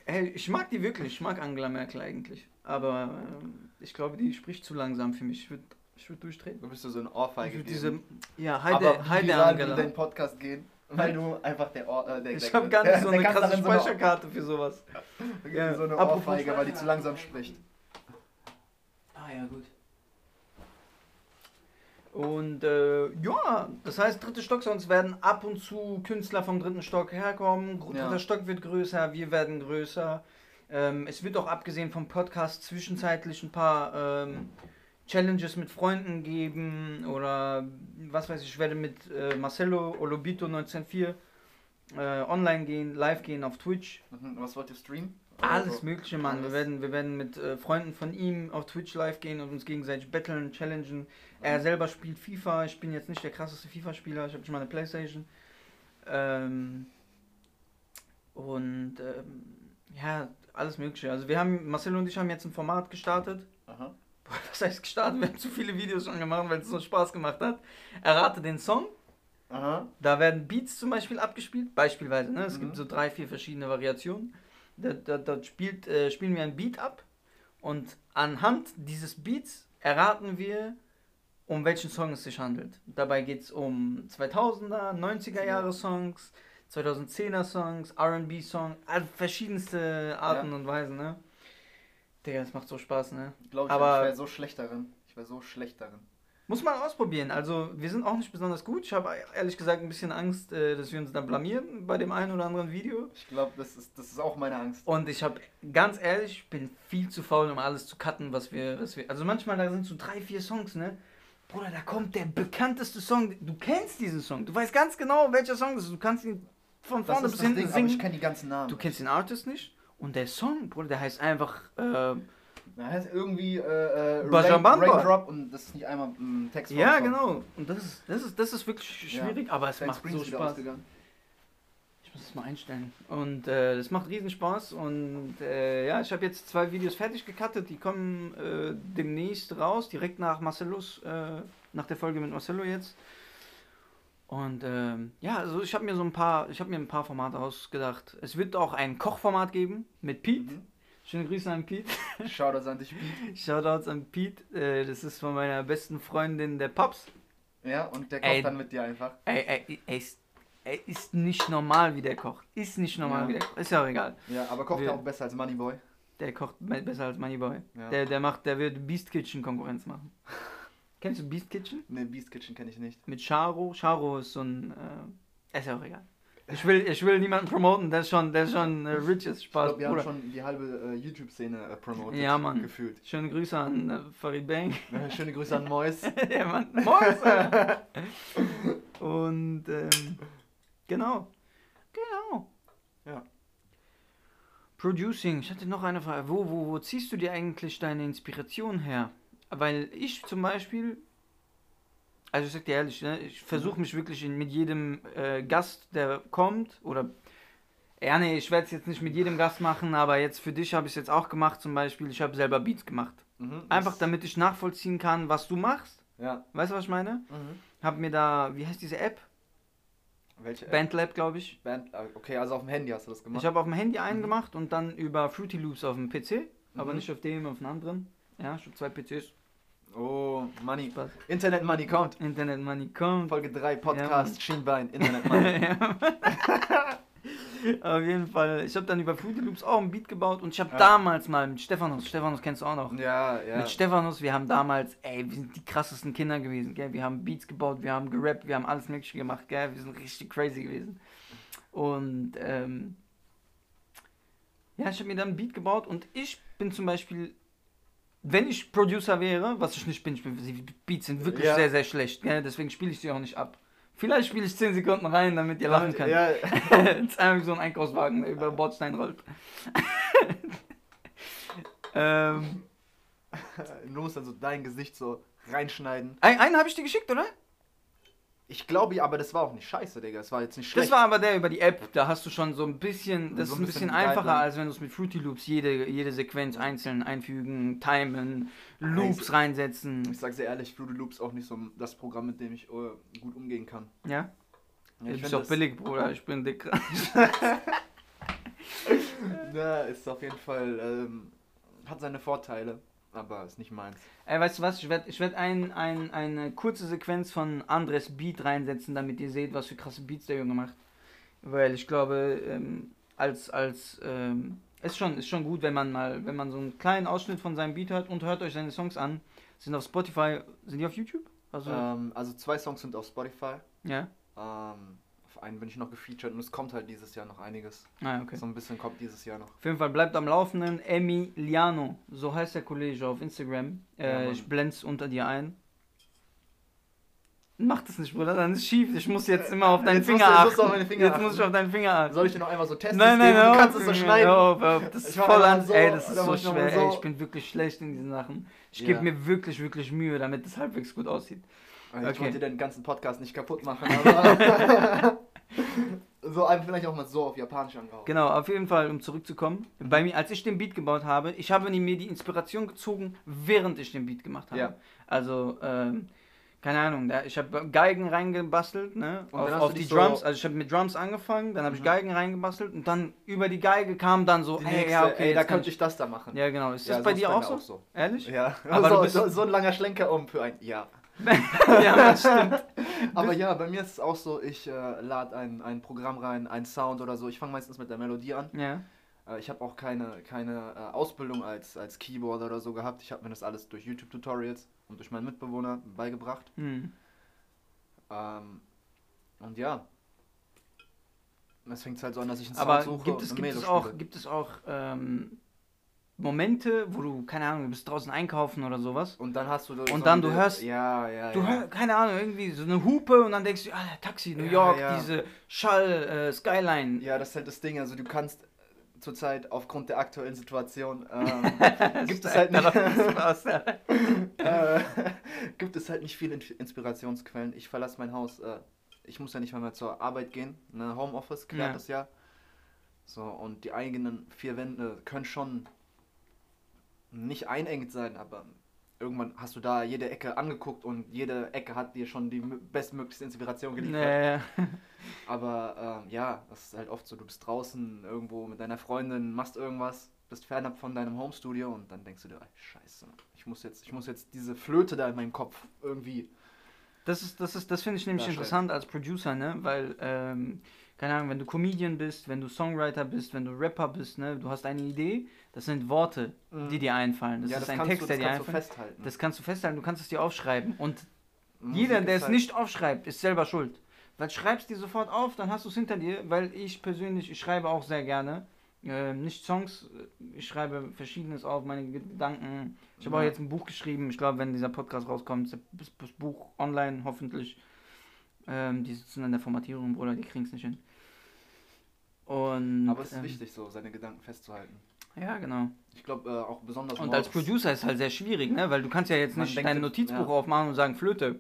Ey, ich mag die wirklich. Ich mag Angela Merkel eigentlich. Aber ähm, ich glaube, die spricht zu langsam für mich. Ich würde ich würd durchdrehen.
Du bist so ein
Ich
Ohrfeige.
würd
geben.
diese, ja, hi
Aber
der, hi
wie
der
viral würde
Angela.
dein Podcast gehen? Weil du einfach der Ohr, äh, der,
Ich
der-
habe gar nicht
der-
so
der
eine krasse
Kanzlerin so eine-
Speicherkarte für sowas. Ja,
So eine
apropos
Ohrfeige, weil die zu langsam spricht.
Ah ja, gut. Und äh, ja, das heißt, dritte Stock, sonst werden ab und zu Künstler vom dritten Stock herkommen. Gr-
Ja.
Dritter Stock wird größer, wir werden größer. Ähm, es wird auch abgesehen vom Podcast zwischenzeitlich ein paar ähm, Challenges mit Freunden geben oder was weiß ich, ich werde mit äh, Marcelo Olobito 1904 äh, online gehen, live gehen auf Twitch.
Mhm, Was wollt ihr streamen? Also, Oder
Alles
so?
Mögliche, Mann. Wir
Alles.
werden, wir werden mit äh, Freunden von ihm auf Twitch live gehen und uns gegenseitig battlen, challengen. Er selber spielt FIFA. Ich bin jetzt nicht der krasseste FIFA-Spieler. Ich habe nicht mal eine Playstation. Ähm, und ähm, ja, alles Mögliche. Also wir haben, Marcelo und ich haben jetzt ein Format gestartet.
Aha.
Boah, Was heißt gestartet? Wir haben zu viele Videos schon gemacht, weil es so Spaß gemacht hat. Errate den Song.
Aha.
Da werden Beats zum Beispiel abgespielt, beispielsweise. Ne? Es
Mhm.
gibt so drei, vier verschiedene Variationen. Da, da, dort spielt, äh, spielen wir einen Beat ab und anhand dieses Beats erraten wir, um welchen Song es sich handelt. Dabei geht es um 2000er, 90er Jahre Songs, 2010er Songs, RB Songs, also verschiedenste Arten und Weisen. Ne? Digga, das macht so Spaß, ne?
Ich glaube, ich,
Aber-
ich wäre so schlecht darin. Ich wäre so schlecht darin.
Muss man ausprobieren. Also, wir sind auch nicht besonders gut. Ich habe ehrlich gesagt ein bisschen Angst, äh, dass wir uns dann blamieren bei dem einen oder anderen Video.
Ich glaube, das ist, das ist auch meine Angst.
Und ich habe, ganz ehrlich, ich bin viel zu faul, um alles zu cutten, was wir, was wir. Also, manchmal da sind so drei, vier Songs, ne? Bruder, da kommt der bekannteste Song. Du kennst diesen Song. Du weißt ganz genau, welcher Song das ist. Du kannst ihn von
Das
vorne
ist
bis
das
hinten
Ding, aber ich
singen.
kenne die ganzen Namen.
Du kennst den Artist nicht. Und der Song, Bruder, der heißt einfach. Äh,
Na, heißt irgendwie äh, äh, Rain,
Bajabamba.
Raindrop und das ist nicht einmal im Text
ja,
vorgekommen.
genau. Und das ist, das ist, das ist wirklich sch-
Ja.
schwierig, aber es
Dein
macht
Screen
so
ist wieder
Spaß.
ausgegangen.
Ich muss das mal einstellen. Und äh, das macht riesen Spaß. Und äh, ja, ich habe jetzt zwei Videos fertig gecuttet. Die kommen äh, demnächst raus, direkt nach Marcelos, äh, nach der Folge mit Marcelo jetzt. Und ähm, ja, also ich habe mir so ein paar, ich habe mir ein paar Formate ausgedacht. Es wird auch ein Kochformat geben mit Pete. Schöne Grüße an Pete.
Mhm. Shoutouts an dich, Pete.
Shoutouts an Pete. Äh, das ist von meiner besten Freundin der Paps.
Ja, und der
Ey.
kommt dann mit dir einfach.
Ey, ey, ey, ist, ey, ist nicht normal, wie der kocht. Ist nicht normal,
Ja.
wie der kocht. Ist ja auch egal.
Ja, aber kocht
Wir-
er auch besser als Moneyboy.
Der kocht me- besser als Moneyboy.
Ja.
Der, der macht, der wird Beast Kitchen Konkurrenz machen. Kennst du Beast Kitchen?
Ne, Beast Kitchen kenne ich nicht.
Mit Charo. Charo ist so ein. Äh, ist ja auch egal. Ich will, ich will niemanden promoten, der ist schon, der ist schon äh, rich ist.
Ich
Spaß,
glaube, wir haben
Bruder.
schon die halbe äh, YouTube-Szene äh, promotet.
Ja, Mann.
Gefühlt.
Schöne Grüße an äh, Farid Bang.
Äh, Schöne Grüße an Mois.
ja, Mann. Moin, Alter. Und ähm, genau. Genau.
Ja.
Producing. Ich hatte noch eine Frage. Wo, wo, wo ziehst du dir eigentlich deine Inspiration her? Weil ich zum Beispiel, also ich sag dir ehrlich, ne, ich versuche mich wirklich in, mit jedem äh, Gast, der kommt, oder ja, nee, ich werde es jetzt nicht mit jedem Gast machen, aber jetzt für dich habe ich es jetzt auch gemacht, zum Beispiel, ich habe selber Beats gemacht.
Mhm,
Einfach
das-
damit ich nachvollziehen kann, was du machst.
Ja.
Weißt du, was ich meine?
Mhm.
Hab mir da, wie heißt diese App?
Welche App?
Bandlab, glaube ich.
Band. ah, Okay, also auf dem Handy hast du das
Ich
gemacht.
habe auf dem Handy einen gemacht und dann über Fruity Loops auf dem PC, aber
Mhm.
nicht auf dem, auf dem anderen. Ja, ich habe zwei PCs.
Oh, Money.
Spaß.
Internet Money kommt.
Internet Money kommt.
Folge 3,
Ja,
Podcast,
Mann.
Schienbein, Internet Money.
Ja. auf jeden Fall. Ich habe dann über Fruity Loops auch einen Beat gebaut und ich habe
Ja.
damals mal mit Stephanos, Stephanos kennst du auch noch.
ja, ja.
Mit Stephanos, wir haben damals, ey, wir sind die krassesten Kinder gewesen, gell? Wir haben Beats gebaut, wir haben gerappt, wir haben alles Mögliche gemacht, gell? Wir sind richtig crazy gewesen. Und, ähm, ja, ich habe mir dann einen Beat gebaut und ich bin zum Beispiel, wenn ich Producer wäre, was ich nicht bin, ich bin die Beats sind wirklich
Ja.
sehr, sehr schlecht, gell? Deswegen spiele ich sie auch nicht ab. Vielleicht spiele ich 10 Sekunden rein, damit ihr lachen könnt.
Ja,
das ist einfach so ein Einkaufswagen, der über Bordstein rollt. ähm,
du musst dann so dein Gesicht so reinschneiden.
Ein- Einen habe ich dir geschickt, oder?
Ich glaube, ja, aber das war auch nicht scheiße, Digga. Das war jetzt nicht schlecht.
Das war aber der über die App. Da hast du schon so ein bisschen. Das
So
ist
ein
ein bisschen
bisschen
einfacher,
Guideline.
als wenn du es mit Fruity Loops jede, jede Sequenz einzeln einfügen, timen, Loops
Also-
reinsetzen.
ich sag sehr ehrlich, Fruity Loops auch nicht so das Programm, mit dem ich äh, gut umgehen kann.
Ja?
Ja,
Ich bin
find
auch
das-
billig, Bruder. Ich bin dick.
Ja, ist auf jeden Fall, ähm, hat seine Vorteile, aber ist nicht meins.
Ey, weißt du was? Ich werde ich werd ein, ein, eine kurze Sequenz von Andres Beat reinsetzen, damit ihr seht, was für krasse Beats der Junge macht. Weil ich glaube, ähm, als, als, ähm, ist schon, ist schon gut, wenn man mal, wenn man so einen kleinen Ausschnitt von seinem Beat hört und hört euch seine Songs an. Sind auf Spotify, sind die auf YouTube? Also,
Ähm, also zwei Songs sind auf Spotify.
ja?
Ähm, auf einen bin ich noch gefeatured und es kommt halt dieses Jahr noch einiges.
Ah, okay.
So ein bisschen kommt dieses Jahr noch.
Auf jeden Fall bleibt am Laufenden. Emiliano, so heißt der Kollege auf Instagram.
Ja,
Äh,
Mann.
ich blende es unter dir ein. Mach das nicht, Bruder, dann ist schief. Ich muss jetzt immer auf deinen
Jetzt musst
Finger
du-
achten.
jetzt musst du auf meine Finger
jetzt muss ich
achten.
auf deinen Finger achten.
Soll ich dir noch einmal so testen?
nein, nein,
Steven?
nein.
Du kannst es so schneiden.
Hör auf, hör auf. Das
Ich
ist
mach
voll
noch mal
an.
so,
Ey, das ist
dann
so
mach ich noch
schwer.
mal
Ey,
so.
ich bin wirklich schlecht in diesen Sachen. Ich
Ja.
gebe mir wirklich, wirklich Mühe, damit das halbwegs gut aussieht.
Also Ich
Okay.
wollte den ganzen Podcast nicht kaputt machen, aber. so, einfach vielleicht auch mal so auf Japanisch angehauen.
Genau, auf jeden Fall, um zurückzukommen. Bei mir, als ich den Beat gebaut habe, ich habe mir die Inspiration gezogen, während ich den Beat gemacht habe.
Ja.
Also, ähm, keine Ahnung, da, ich habe Geigen reingebastelt, ne?
Und
auf
dann hast
auf
du
die
dich so-
Drums, also ich habe mit Drums angefangen, dann habe ich
Mhm.
Geigen reingebastelt und dann über die Geige kam dann so,
Die
ey,
nächste,
ja, okay,
ey, da
jetzt kann
könnte ich das da machen.
ich. Ja, genau. Ist
Ja,
das bei
so
dir
bei
auch
mir
so?
auch so.
Ehrlich?
Ja,
Aber
aber
du
so,
bist-
so, so ein langer Schlenker um für ein Ja.
ja, das stimmt.
Aber ja, bei mir ist es auch so, ich äh, lade ein, ein Programm rein, ein Sound oder so. Ich fange meistens mit der Melodie an.
Ja.
Äh, ich habe auch keine, keine äh, Ausbildung als, als Keyboarder oder so gehabt. Ich habe mir das alles durch YouTube-Tutorials und durch meinen Mitbewohner beigebracht.
Hm.
Ähm, und ja. Es fängt halt so an, dass ich einen
Aber
Sound suche
gibt es,
und
gibt
eine
es
Melodie
auch,
spiele.
gibt es auch ähm, Momente, wo du, keine Ahnung, du bist draußen einkaufen oder sowas?
Und dann hast du...
Und dann du hörst-
Ja, ja,
Du
ja.
hörst, keine Ahnung, irgendwie so eine Hupe und dann denkst du, ah, Taxi, New
Ja,
York,
ja.
diese Schall, äh, Skyline.
Ja, das ist halt das Ding. Also du kannst zurzeit aufgrund der aktuellen Situation ähm, gibt es halt
Darauf
nicht,
kommst du raus, ja.
äh, gibt es halt nicht viele In- Inspirationsquellen. Ich verlasse mein Haus. Äh, ich muss ja nicht mal mehr zur Arbeit gehen. Ne, Homeoffice klärt
Ja.
das ja. So und die eigenen vier Wände können schon nicht einengt sein, aber irgendwann hast du da jede Ecke angeguckt und jede Ecke hat dir schon die m- bestmöglichste Inspiration geliefert.
Nee.
Aber ähm, ja, das ist halt oft so, du bist draußen irgendwo mit deiner Freundin, machst irgendwas, bist fernab von deinem Homestudio und dann denkst du dir, "Ey, scheiße, ich muss jetzt, ich muss jetzt diese Flöte da in meinem Kopf irgendwie.
Das ist, das ist, das finde ich nämlich
Darstellen.
interessant als Producer, ne? Weil, ähm, keine Ahnung, wenn du Comedian bist, wenn du Songwriter bist, wenn du Rapper bist, ne, du hast eine Idee, das sind Worte, die dir einfallen. Das
Mhm. ja,
ist
das
ein
kannst
Text,
du,
der
das
dir
kannst du
einfällt.
festhalten.
Das kannst du festhalten, du kannst es dir aufschreiben. Und
Musik
jeder, der
ist
es
halt-
nicht aufschreibt, ist selber schuld. Weil schreibst dir sofort auf, dann hast du es hinter dir, weil ich persönlich, ich schreibe auch sehr gerne. Ähm, nicht Songs, äh, ich schreibe Verschiedenes auf, meine Gedanken. Ich habe auch
Ja.
jetzt ein Buch geschrieben, ich glaube, wenn dieser Podcast rauskommt, ist das- das Buch online hoffentlich. Ähm, die sitzen an der Formatierung, Bruder, die kriegen es nicht hin. Und,
Aber es ist
ähm,
wichtig, so seine Gedanken festzuhalten.
Ja, genau.
Ich glaube äh, auch besonders.
Und als
morgens.
Producer ist halt sehr schwierig, ne? Weil du kannst ja jetzt
Man
nicht
denkt
dein
jetzt-
Notizbuch
ja.
aufmachen und sagen, Flöte.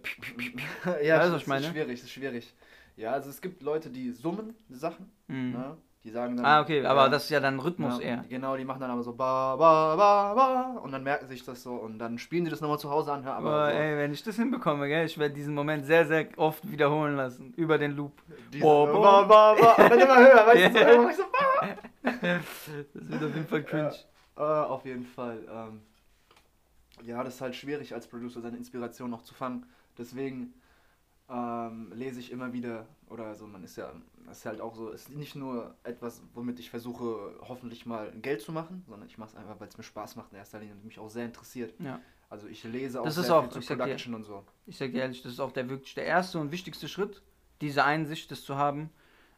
ja,
Weißt du, was
das
ich meine?
ist schwierig, das ist schwierig. Ja, also es gibt Leute, die summen die Sachen.
Mhm.
Ne? Die sagen dann.
Ah, okay, aber
ja,
das ist ja dann Rhythmus
ja,
eher.
Genau, die machen dann aber so ba, ba, ba, ba und dann merken sich das so und dann spielen die das nochmal zu Hause an. Hör, aber
Aber
so,
ey, wenn ich das hinbekomme, gell, ich werde diesen Moment sehr, sehr oft wiederholen lassen. Über den Loop.
dieses,
bo,
äh,
bo.
ba, ba, ba, und dann immer höher, weißt du, so,
Ja.
irgendwann so, ba.
Das wird auf jeden Fall cringe.
Äh, auf jeden Fall. Ähm, ja, das ist halt schwierig als Producer, seine Inspiration noch zu fangen. Deswegen ähm, lese ich immer wieder, oder so, man ist ja, das ist halt auch so, es ist nicht nur etwas, womit ich versuche, hoffentlich mal Geld zu machen, sondern ich mache es einfach, weil es mir Spaß macht in erster Linie und mich auch sehr interessiert.
Ja.
Also ich lese auch
Das
sehr
ist auch-
viel
ich
zu
sag dir-
Production und so.
Ich sage ehrlich, das ist auch der wirklich der erste und wichtigste Schritt, diese Einsicht, das zu haben.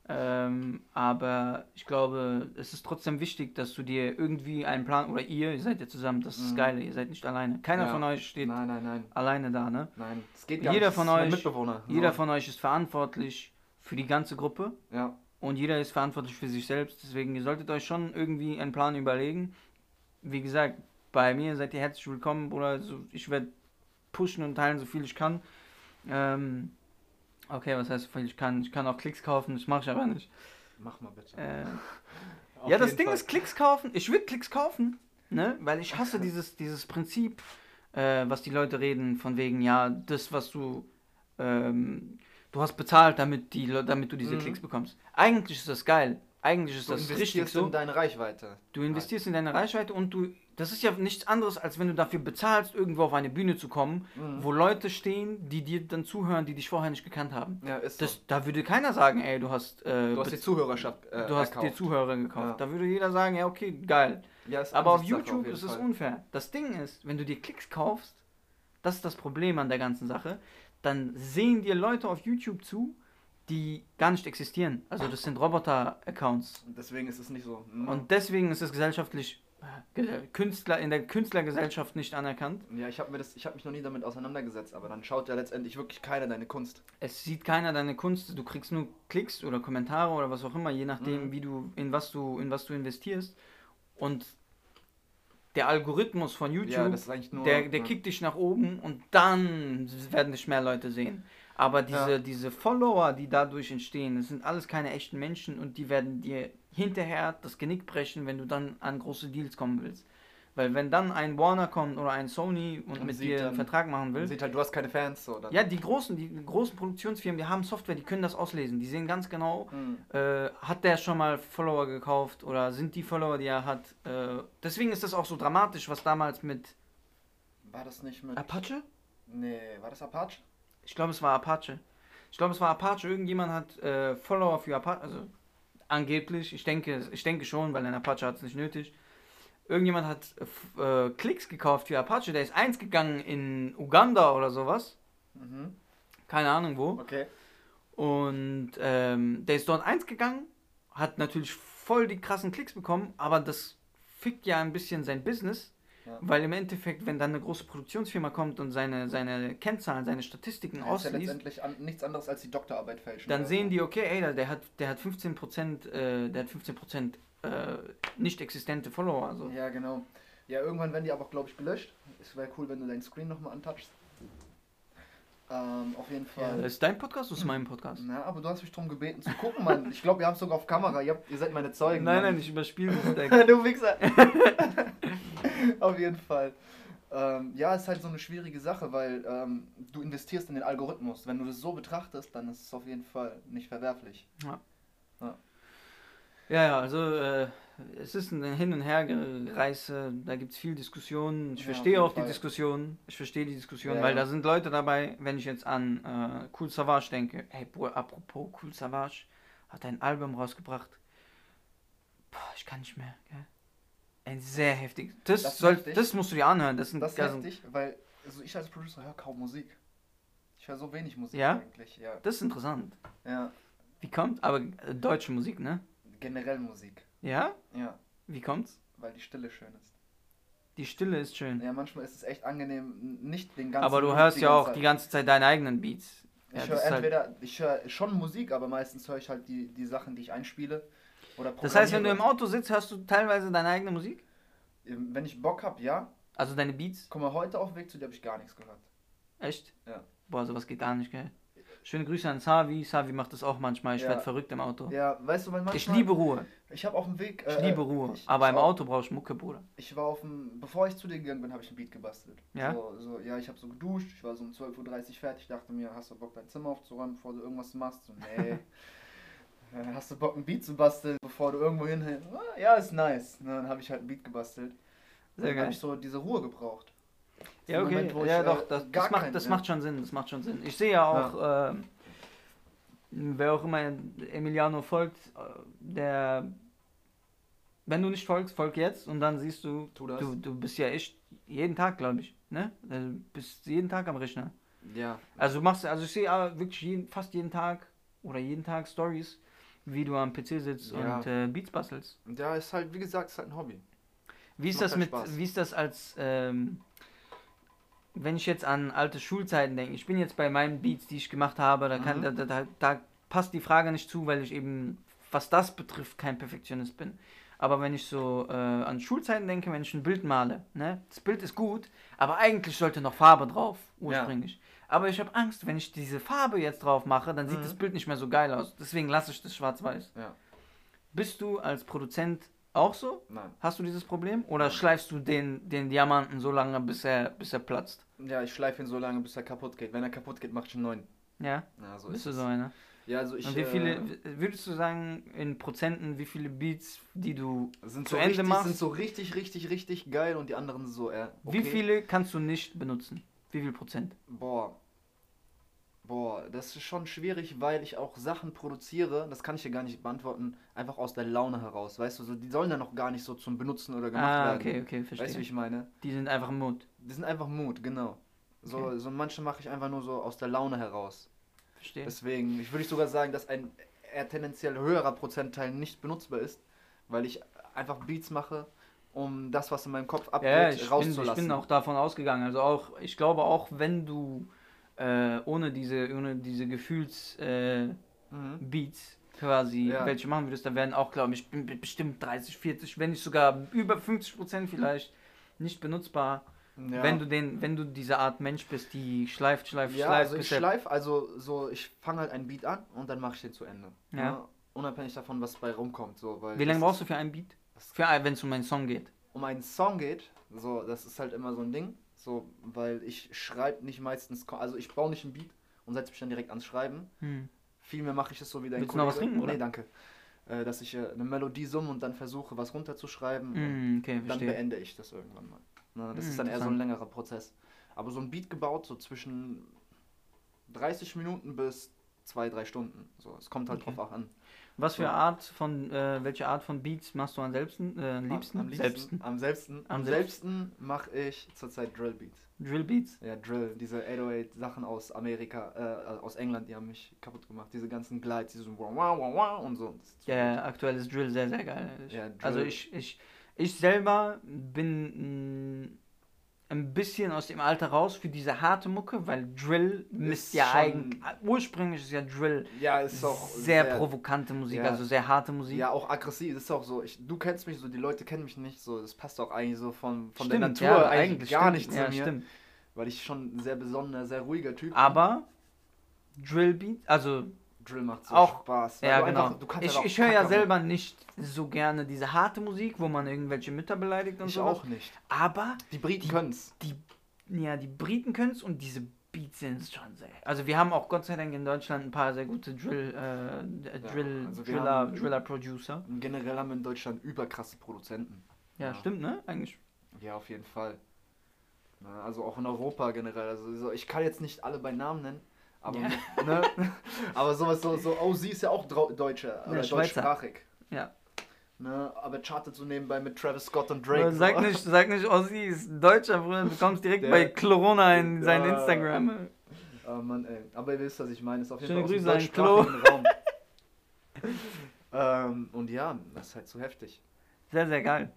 Ähm, aber ich glaube, es ist trotzdem wichtig, dass du dir irgendwie einen Plan oder ihr, ihr seid ja zusammen, das ist
Mhm.
geil, ihr seid nicht alleine. Keiner
Ja.
von euch steht
Nein, nein, nein,
alleine da, ne?
nein. Es geht gar
Jeder
nicht.
von
das ist mein
euch-
Mitbewohner.
Jeder von euch ist verantwortlich für die ganze Gruppe
Ja,
und jeder ist verantwortlich für sich selbst. Deswegen, ihr solltet euch schon irgendwie einen Plan überlegen. Wie gesagt, bei mir seid ihr herzlich willkommen, Bruder. So, ich werde pushen und teilen, so viel ich kann. Ähm, okay, was heißt so viel ich kann? Ich kann auch Klicks kaufen, das mache ich aber nicht.
mach mal bitte.
Äh,
Auf
ja, das
jeden
Ding
Fall.
ist, Klicks kaufen. Ich würde Klicks kaufen, ne? Weil ich hasse dieses, dieses Prinzip, äh, was die Leute reden, von wegen, ja, das, was du. Ähm, du hast bezahlt, damit, die, Leu- damit du diese
Mhm.
Klicks bekommst. Eigentlich ist das geil. Eigentlich ist
Du
das richtig
investierst
so.
in deine Reichweite.
Du investierst in deine Reichweite und du. Das ist ja nichts anderes, als wenn du dafür bezahlst, irgendwo auf eine Bühne zu kommen,
Mhm.
wo Leute stehen, die dir dann zuhören, die dich vorher nicht gekannt haben.
Ja, ist so.
Das, da würde keiner sagen, ey, du hast, äh,
Du hast die
bez-
Zuhörerschaft äh,
du hast dir
erkauft.
Zuhörer gekauft.
Ja.
Da würde jeder sagen, ja, okay, geil.
Ja, ist
Aber auf
Ansichtssache
YouTube
jeden
ist es
Fall.
unfair. Das Ding ist, wenn du dir Klicks kaufst, das ist das Problem an der ganzen Sache, dann sehen dir Leute auf YouTube zu, die gar nicht existieren. Also das sind Roboter-Accounts.
Und Deswegen ist es nicht so. Mhm.
Und deswegen ist es gesellschaftlich äh, ge- Künstler in der Künstlergesellschaft nicht anerkannt.
Hm. ja, ich habe mir das, ich habe mich noch nie damit auseinandergesetzt, aber dann schaut ja letztendlich wirklich keiner deine Kunst.
Es sieht keiner deine Kunst, du kriegst nur Klicks oder Kommentare oder was auch immer, je nachdem,
Mhm.
wie du in was du in was du investierst und der Algorithmus von YouTube
ja, das ist eigentlich nur.
der, der
ne?
kickt dich nach oben und dann werden dich mehr Leute sehen. Aber diese,
Mhm. Ja.
diese Follower, die dadurch entstehen, das sind alles keine echten Menschen und die werden dir hinterher das Genick brechen, wenn du dann an große Deals kommen willst. Weil wenn dann ein Warner kommt oder ein Sony und,
Und
mit
sieht
dir einen
dann-
Vertrag machen
Man
will,
sieht halt, du hast keine Fans so. Dann.
ja, die großen, die großen Produktionsfirmen, die haben Software, die können das auslesen. Die sehen ganz genau,
Mhm.
äh, hat der schon mal Follower gekauft oder sind die Follower, die er hat. Äh, deswegen ist das auch so dramatisch, was damals mit
War das nicht mit.
Apache?
nee, war das Apache?
Ich glaube, es war Apache. Ich glaube, es war Apache. Irgendjemand hat äh, Follower für Apache, also angeblich, ich denke, ich denke schon, weil ein Apache hat es nicht nötig. Irgendjemand hat äh, f- äh, Klicks gekauft für Apache, der ist eins gegangen in Uganda oder sowas.
Mhm.
Keine Ahnung wo.
Okay.
Und ähm, der ist dort eins gegangen, hat natürlich voll die krassen Klicks bekommen, aber das fickt ja ein bisschen sein Business,
Ja.
weil im Endeffekt, wenn dann eine große Produktionsfirma kommt und seine, seine Kennzahlen, seine Statistiken
Das ist ja
ausliest,
letztendlich an, nichts anderes als die Doktorarbeit fälschen.
dann
oder
sehen
so.
die, okay, ey, der- der hat, der hat 15%, äh, der hat 15% äh, nicht existente Follower. Also.
Ja, genau. Ja, irgendwann werden die aber, glaube ich, gelöscht. Es wäre cool, wenn du deinen Screen nochmal antatschst. Ähm, auf jeden
Ja,
Fall.
das Äh, ist dein Podcast,
Mhm.
das ist mein Podcast.
Na, aber du hast mich drum gebeten zu gucken, Mann. Ich glaube, ihr habt sogar auf Kamera. Ihr, habt, ihr seid meine Zeugen.
Nein,
Mann.
nein, ich überspiele das.
du Wichser. Auf jeden Fall. Ähm, ja, ist halt so eine schwierige Sache, weil ähm, du investierst in den Algorithmus. Wenn du das so betrachtest, dann ist es auf jeden Fall nicht verwerflich.
Ja, ja, also äh, es ist ein Hin- und Hergereise, da gibt es viel Diskussion. Ich
Ja,
verstehe
auf
auch
jeden
die
Fall.
Diskussion, ich verstehe die Diskussion,
Ja,
weil
ja.
da sind Leute dabei, wenn ich jetzt an äh, Cool Savage denke. Ey, Bruder, apropos Cool Savage, hat ein Album rausgebracht. Boah, ich kann nicht mehr, gell? Ein sehr heftig. Das,
Das ist
soll,
heftig.
das musst du dir anhören. Das sind
Das ist
das sind-
heftig, weil also ich als Producer höre kaum Musik. Ich höre so wenig Musik
Ja?
eigentlich. Ja.
Das ist interessant.
ja,
Wie kommt? Aber äh, deutsche Musik, ne?
generell Musik.
Ja?
Ja,
Wie kommt's?
weil die Stille schön ist.
Die Stille ist schön.
Ja, manchmal ist es echt angenehm, n- nicht den ganzen
Aber du
Beat
hörst
die
ja
ganze
auch
Zeit.
die ganze Zeit deine eigenen Beats. Ja,
Ich
das
höre
ist halt-
entweder, ich höre schon Musik, aber meistens höre ich halt die, die Sachen, die ich einspiele. Oder
Das heißt, wenn du im
programmiere.
Auto sitzt, hörst du teilweise deine eigene Musik?
Wenn ich Bock habe, ja.
Also deine Beats?
Guck mal, heute auf dem Weg zu dir habe ich gar nichts gehört.
Echt?
Ja.
Boah, sowas geht gar nicht, gell? Schöne Grüße an Savi. Savi macht das auch manchmal. Ich
Ja.
werd werde verrückt im Auto.
Ja, weißt du, mein Mann.
Ich liebe Ruhe.
Ich habe auf dem Weg.
Ich
äh,
liebe Ruhe.
ich-
Aber
ich
im
auch.
Auto brauchst du Mucke, Bruder.
Ich war auf dem. Bevor ich zu dir gegangen bin, habe ich ein Beat gebastelt.
Ja?
So, so, ja, ich habe so geduscht. Ich war so um 12.30 Uhr fertig. Dachte mir, hast du Bock, dein Zimmer aufzuräumen, bevor du irgendwas machst? So, nee. Äh, Hast du Bock, ein Beat zu basteln, bevor du irgendwo hin? Ah, Ja, ist nice. Und dann habe ich halt ein Beat gebastelt.
Sehr
dann
geil.
habe ich so diese Ruhe gebraucht.
Ja, okay.
Moment, wo
ja,
ich, äh,
doch, das,
gar
das, macht,
keinen,
das
ja.
macht schon Sinn. Das macht schon Sinn. Ich sehe ja auch, ähm, wer auch immer Emiliano folgt, äh, der. Wenn du nicht folgst, folg jetzt und dann siehst du,
Tu das.
du, du bist ja echt jeden Tag, glaube ich, ne? Also, Du bist jeden Tag am Rechner.
Ja.
Also du machst, also ich sehe aber wirklich jeden, fast jeden Tag oder jeden Tag Stories, wie du am PC sitzt
Ja.
und äh, Beats bastelst.
Ja, ist halt, wie gesagt, ist halt ein Hobby.
Wie ist
Macht
das
halt
mit,
Spaß.
wie ist das als, ähm, wenn ich jetzt an alte Schulzeiten denke, ich bin jetzt bei meinen Beats, die ich gemacht habe, da, kann,
Mhm.
da, da- da, da passt die Frage nicht zu, weil ich eben, was das betrifft, kein Perfektionist bin. Aber wenn ich so äh, an Schulzeiten denke, wenn ich ein Bild male, ne, das Bild ist gut, aber eigentlich sollte noch Farbe drauf, ursprünglich. Aber ich habe Angst, wenn ich diese Farbe jetzt drauf mache, dann sieht
Mhm.
das Bild nicht mehr so geil aus. Deswegen lasse ich das schwarz-weiß.
Ja.
Bist du als Produzent auch so?
Nein.
Hast du dieses Problem? Oder schleifst du den, den Diamanten so lange, bis er, bis er platzt?
Ja, ich schleife ihn so lange, bis er kaputt geht. Wenn er kaputt geht, mache ich einen neuen.
Ja,
Ja, so
bist
ist
du
es.
so einer.
Ja, also ich.
Und wie viele,
äh,
w- würdest du sagen, in Prozenten, wie viele Beats, die du,
sind
zu
so
Ende
richtig,
machst?
sind so richtig, richtig, richtig geil und die anderen so äh, eher.
wie viele kannst du nicht benutzen? Wie viel Prozent?
Boah. Boah, das ist schon schwierig, weil ich auch Sachen produziere, das kann ich dir gar nicht beantworten, einfach aus der Laune heraus. Weißt du, so, die sollen dann noch gar nicht so zum Benutzen oder gemacht
Ah, okay,
werden.
okay,
weißt du, wie
verstehe.
ich meine?
Die sind einfach Mut.
Die sind einfach Mut, genau. So,
Okay.
so manche mache ich einfach nur so aus der Laune heraus.
Verstehe.
Deswegen, ich würde ich sogar sagen, dass ein eher tendenziell höherer Prozentteil nicht benutzbar ist, weil ich einfach Beats mache, um das, was in meinem Kopf abgeht,
Ja, ich bin,
rauszulassen.
ich bin auch davon ausgegangen. Also auch, ich glaube auch, wenn du äh, ohne diese, ohne diese Gefühls äh,
Mhm.
Beats quasi,
Ja.
welche machen würdest, dann werden auch, glaube ich, b- b- bestimmt 30, 40, wenn nicht sogar über 50 Prozent vielleicht nicht benutzbar,
Ja.
wenn du den, wenn du diese Art Mensch bist, die schleift, schleift,
Ja,
schleift,
also ich
bis er-
schleife, also so, ich fange halt einen Beat an und dann mache ich den zu Ende. ne?
Ja.
Unabhängig davon, was bei rumkommt. So, weil
Wie lange
das
brauchst du für einen Beat?
Das-
Für ein- wenn es um einen Song geht.
um einen Song geht, so, das ist halt immer so ein Ding. So, weil ich schreibe nicht meistens, ko- also ich baue nicht einen Beat und setze mich dann direkt ans Schreiben.
Hm.
Vielmehr mache ich es so wie dein
Willst du noch was trinken,
Oh,
oder?
nee, danke. Äh, dass ich äh, eine Melodie summe und dann versuche, was runterzuschreiben. Und
Hm, okay,
dann
verstehe.
beende ich das irgendwann mal. Na, das
Hm,
ist dann eher so ein
interessant.
längerer Prozess. Aber so ein Beat gebaut, so zwischen 30 Minuten bis 2, 3 Stunden. So, es kommt halt
Okay.
drauf auch an.
Was für
so.
Art von, äh, welche Art von Beats machst du am selbsten, äh, am liebsten?
Am, am liebsten. Am selbsten.
Am
Am selbsten mache ich zurzeit Drill Beats.
Drill Beats?
Ja, Drill, diese 808 Sachen aus Amerika, äh, aus England, die haben mich kaputt gemacht. Diese ganzen Glides, diese so wah, wah, wah, wah und so. Das ist so
Ja,
gut.
ja, aktuell ist Äh, Drill sehr, sehr geil. Ich,
Ja, Drill.
Also ich, ich, ich selber bin mh, ein bisschen aus dem Alter raus für diese harte Mucke, weil Drill misst ja
schon-
eigentlich, ursprünglich ist ja Drill
ja, ist auch
sehr, provokante Musik,
ja.
also sehr harte Musik.
Ja, auch aggressiv, das ist auch so. Ich, du kennst mich so, die Leute kennen mich nicht so. Das passt auch eigentlich so von, von der Natur
ja,
eigentlich, gar
stimmt.
nicht zu
ja,
mir.
Stimmt.
Weil ich schon ein sehr besonderer, sehr ruhiger Typ
Aber Drillbeat, also
bin. Drill macht so
auch-
Spaß. weil
ja
du
genau.
einfach- du kannst
ich
halt auch
ich höre
Kacke
ja
machen.
selber nicht so gerne diese harte Musik, wo man irgendwelche Mütter beleidigt und
Ich
sowas.
auch nicht.
Aber
Die Briten können's.
die, ja, die Briten können es und diese Beats sind es schon sehr. Also wir haben auch Gott sei Dank in Deutschland ein paar sehr gute Drill, äh, d-
Ja,
Drill,
also wir
Driller,
haben-
Driller Producer.
Und generell haben wir in Deutschland überkrasse Produzenten.
Ja,
Ja.
stimmt, ne? Eigentlich.
Ja, auf jeden Fall. Na, Also auch in Europa generell. Also so, ich kann jetzt nicht alle bei Namen nennen, aber,
Ja.
ne? aber sowas so, so OZ ist ja auch Drau- Deutsche oder
Schweizer.
deutschsprachig.
Ja.
Ne? Aber chartet so nebenbei mit Travis Scott und Drake.
Drake, sag
so.
nicht, sag nicht, Ozzy ist Deutscher, Bruder. Du kommst direkt
Der-
bei Corona in sein
Ja.
Instagram.
Ah, Mann, ey. Aber ihr wisst, was ich meine. Ist auf jeden
Schöne
Fall
Grüße
aus dem
an
deutschsprachigen Raum. ähm, und ja, das ist halt so heftig.
Sehr, sehr geil.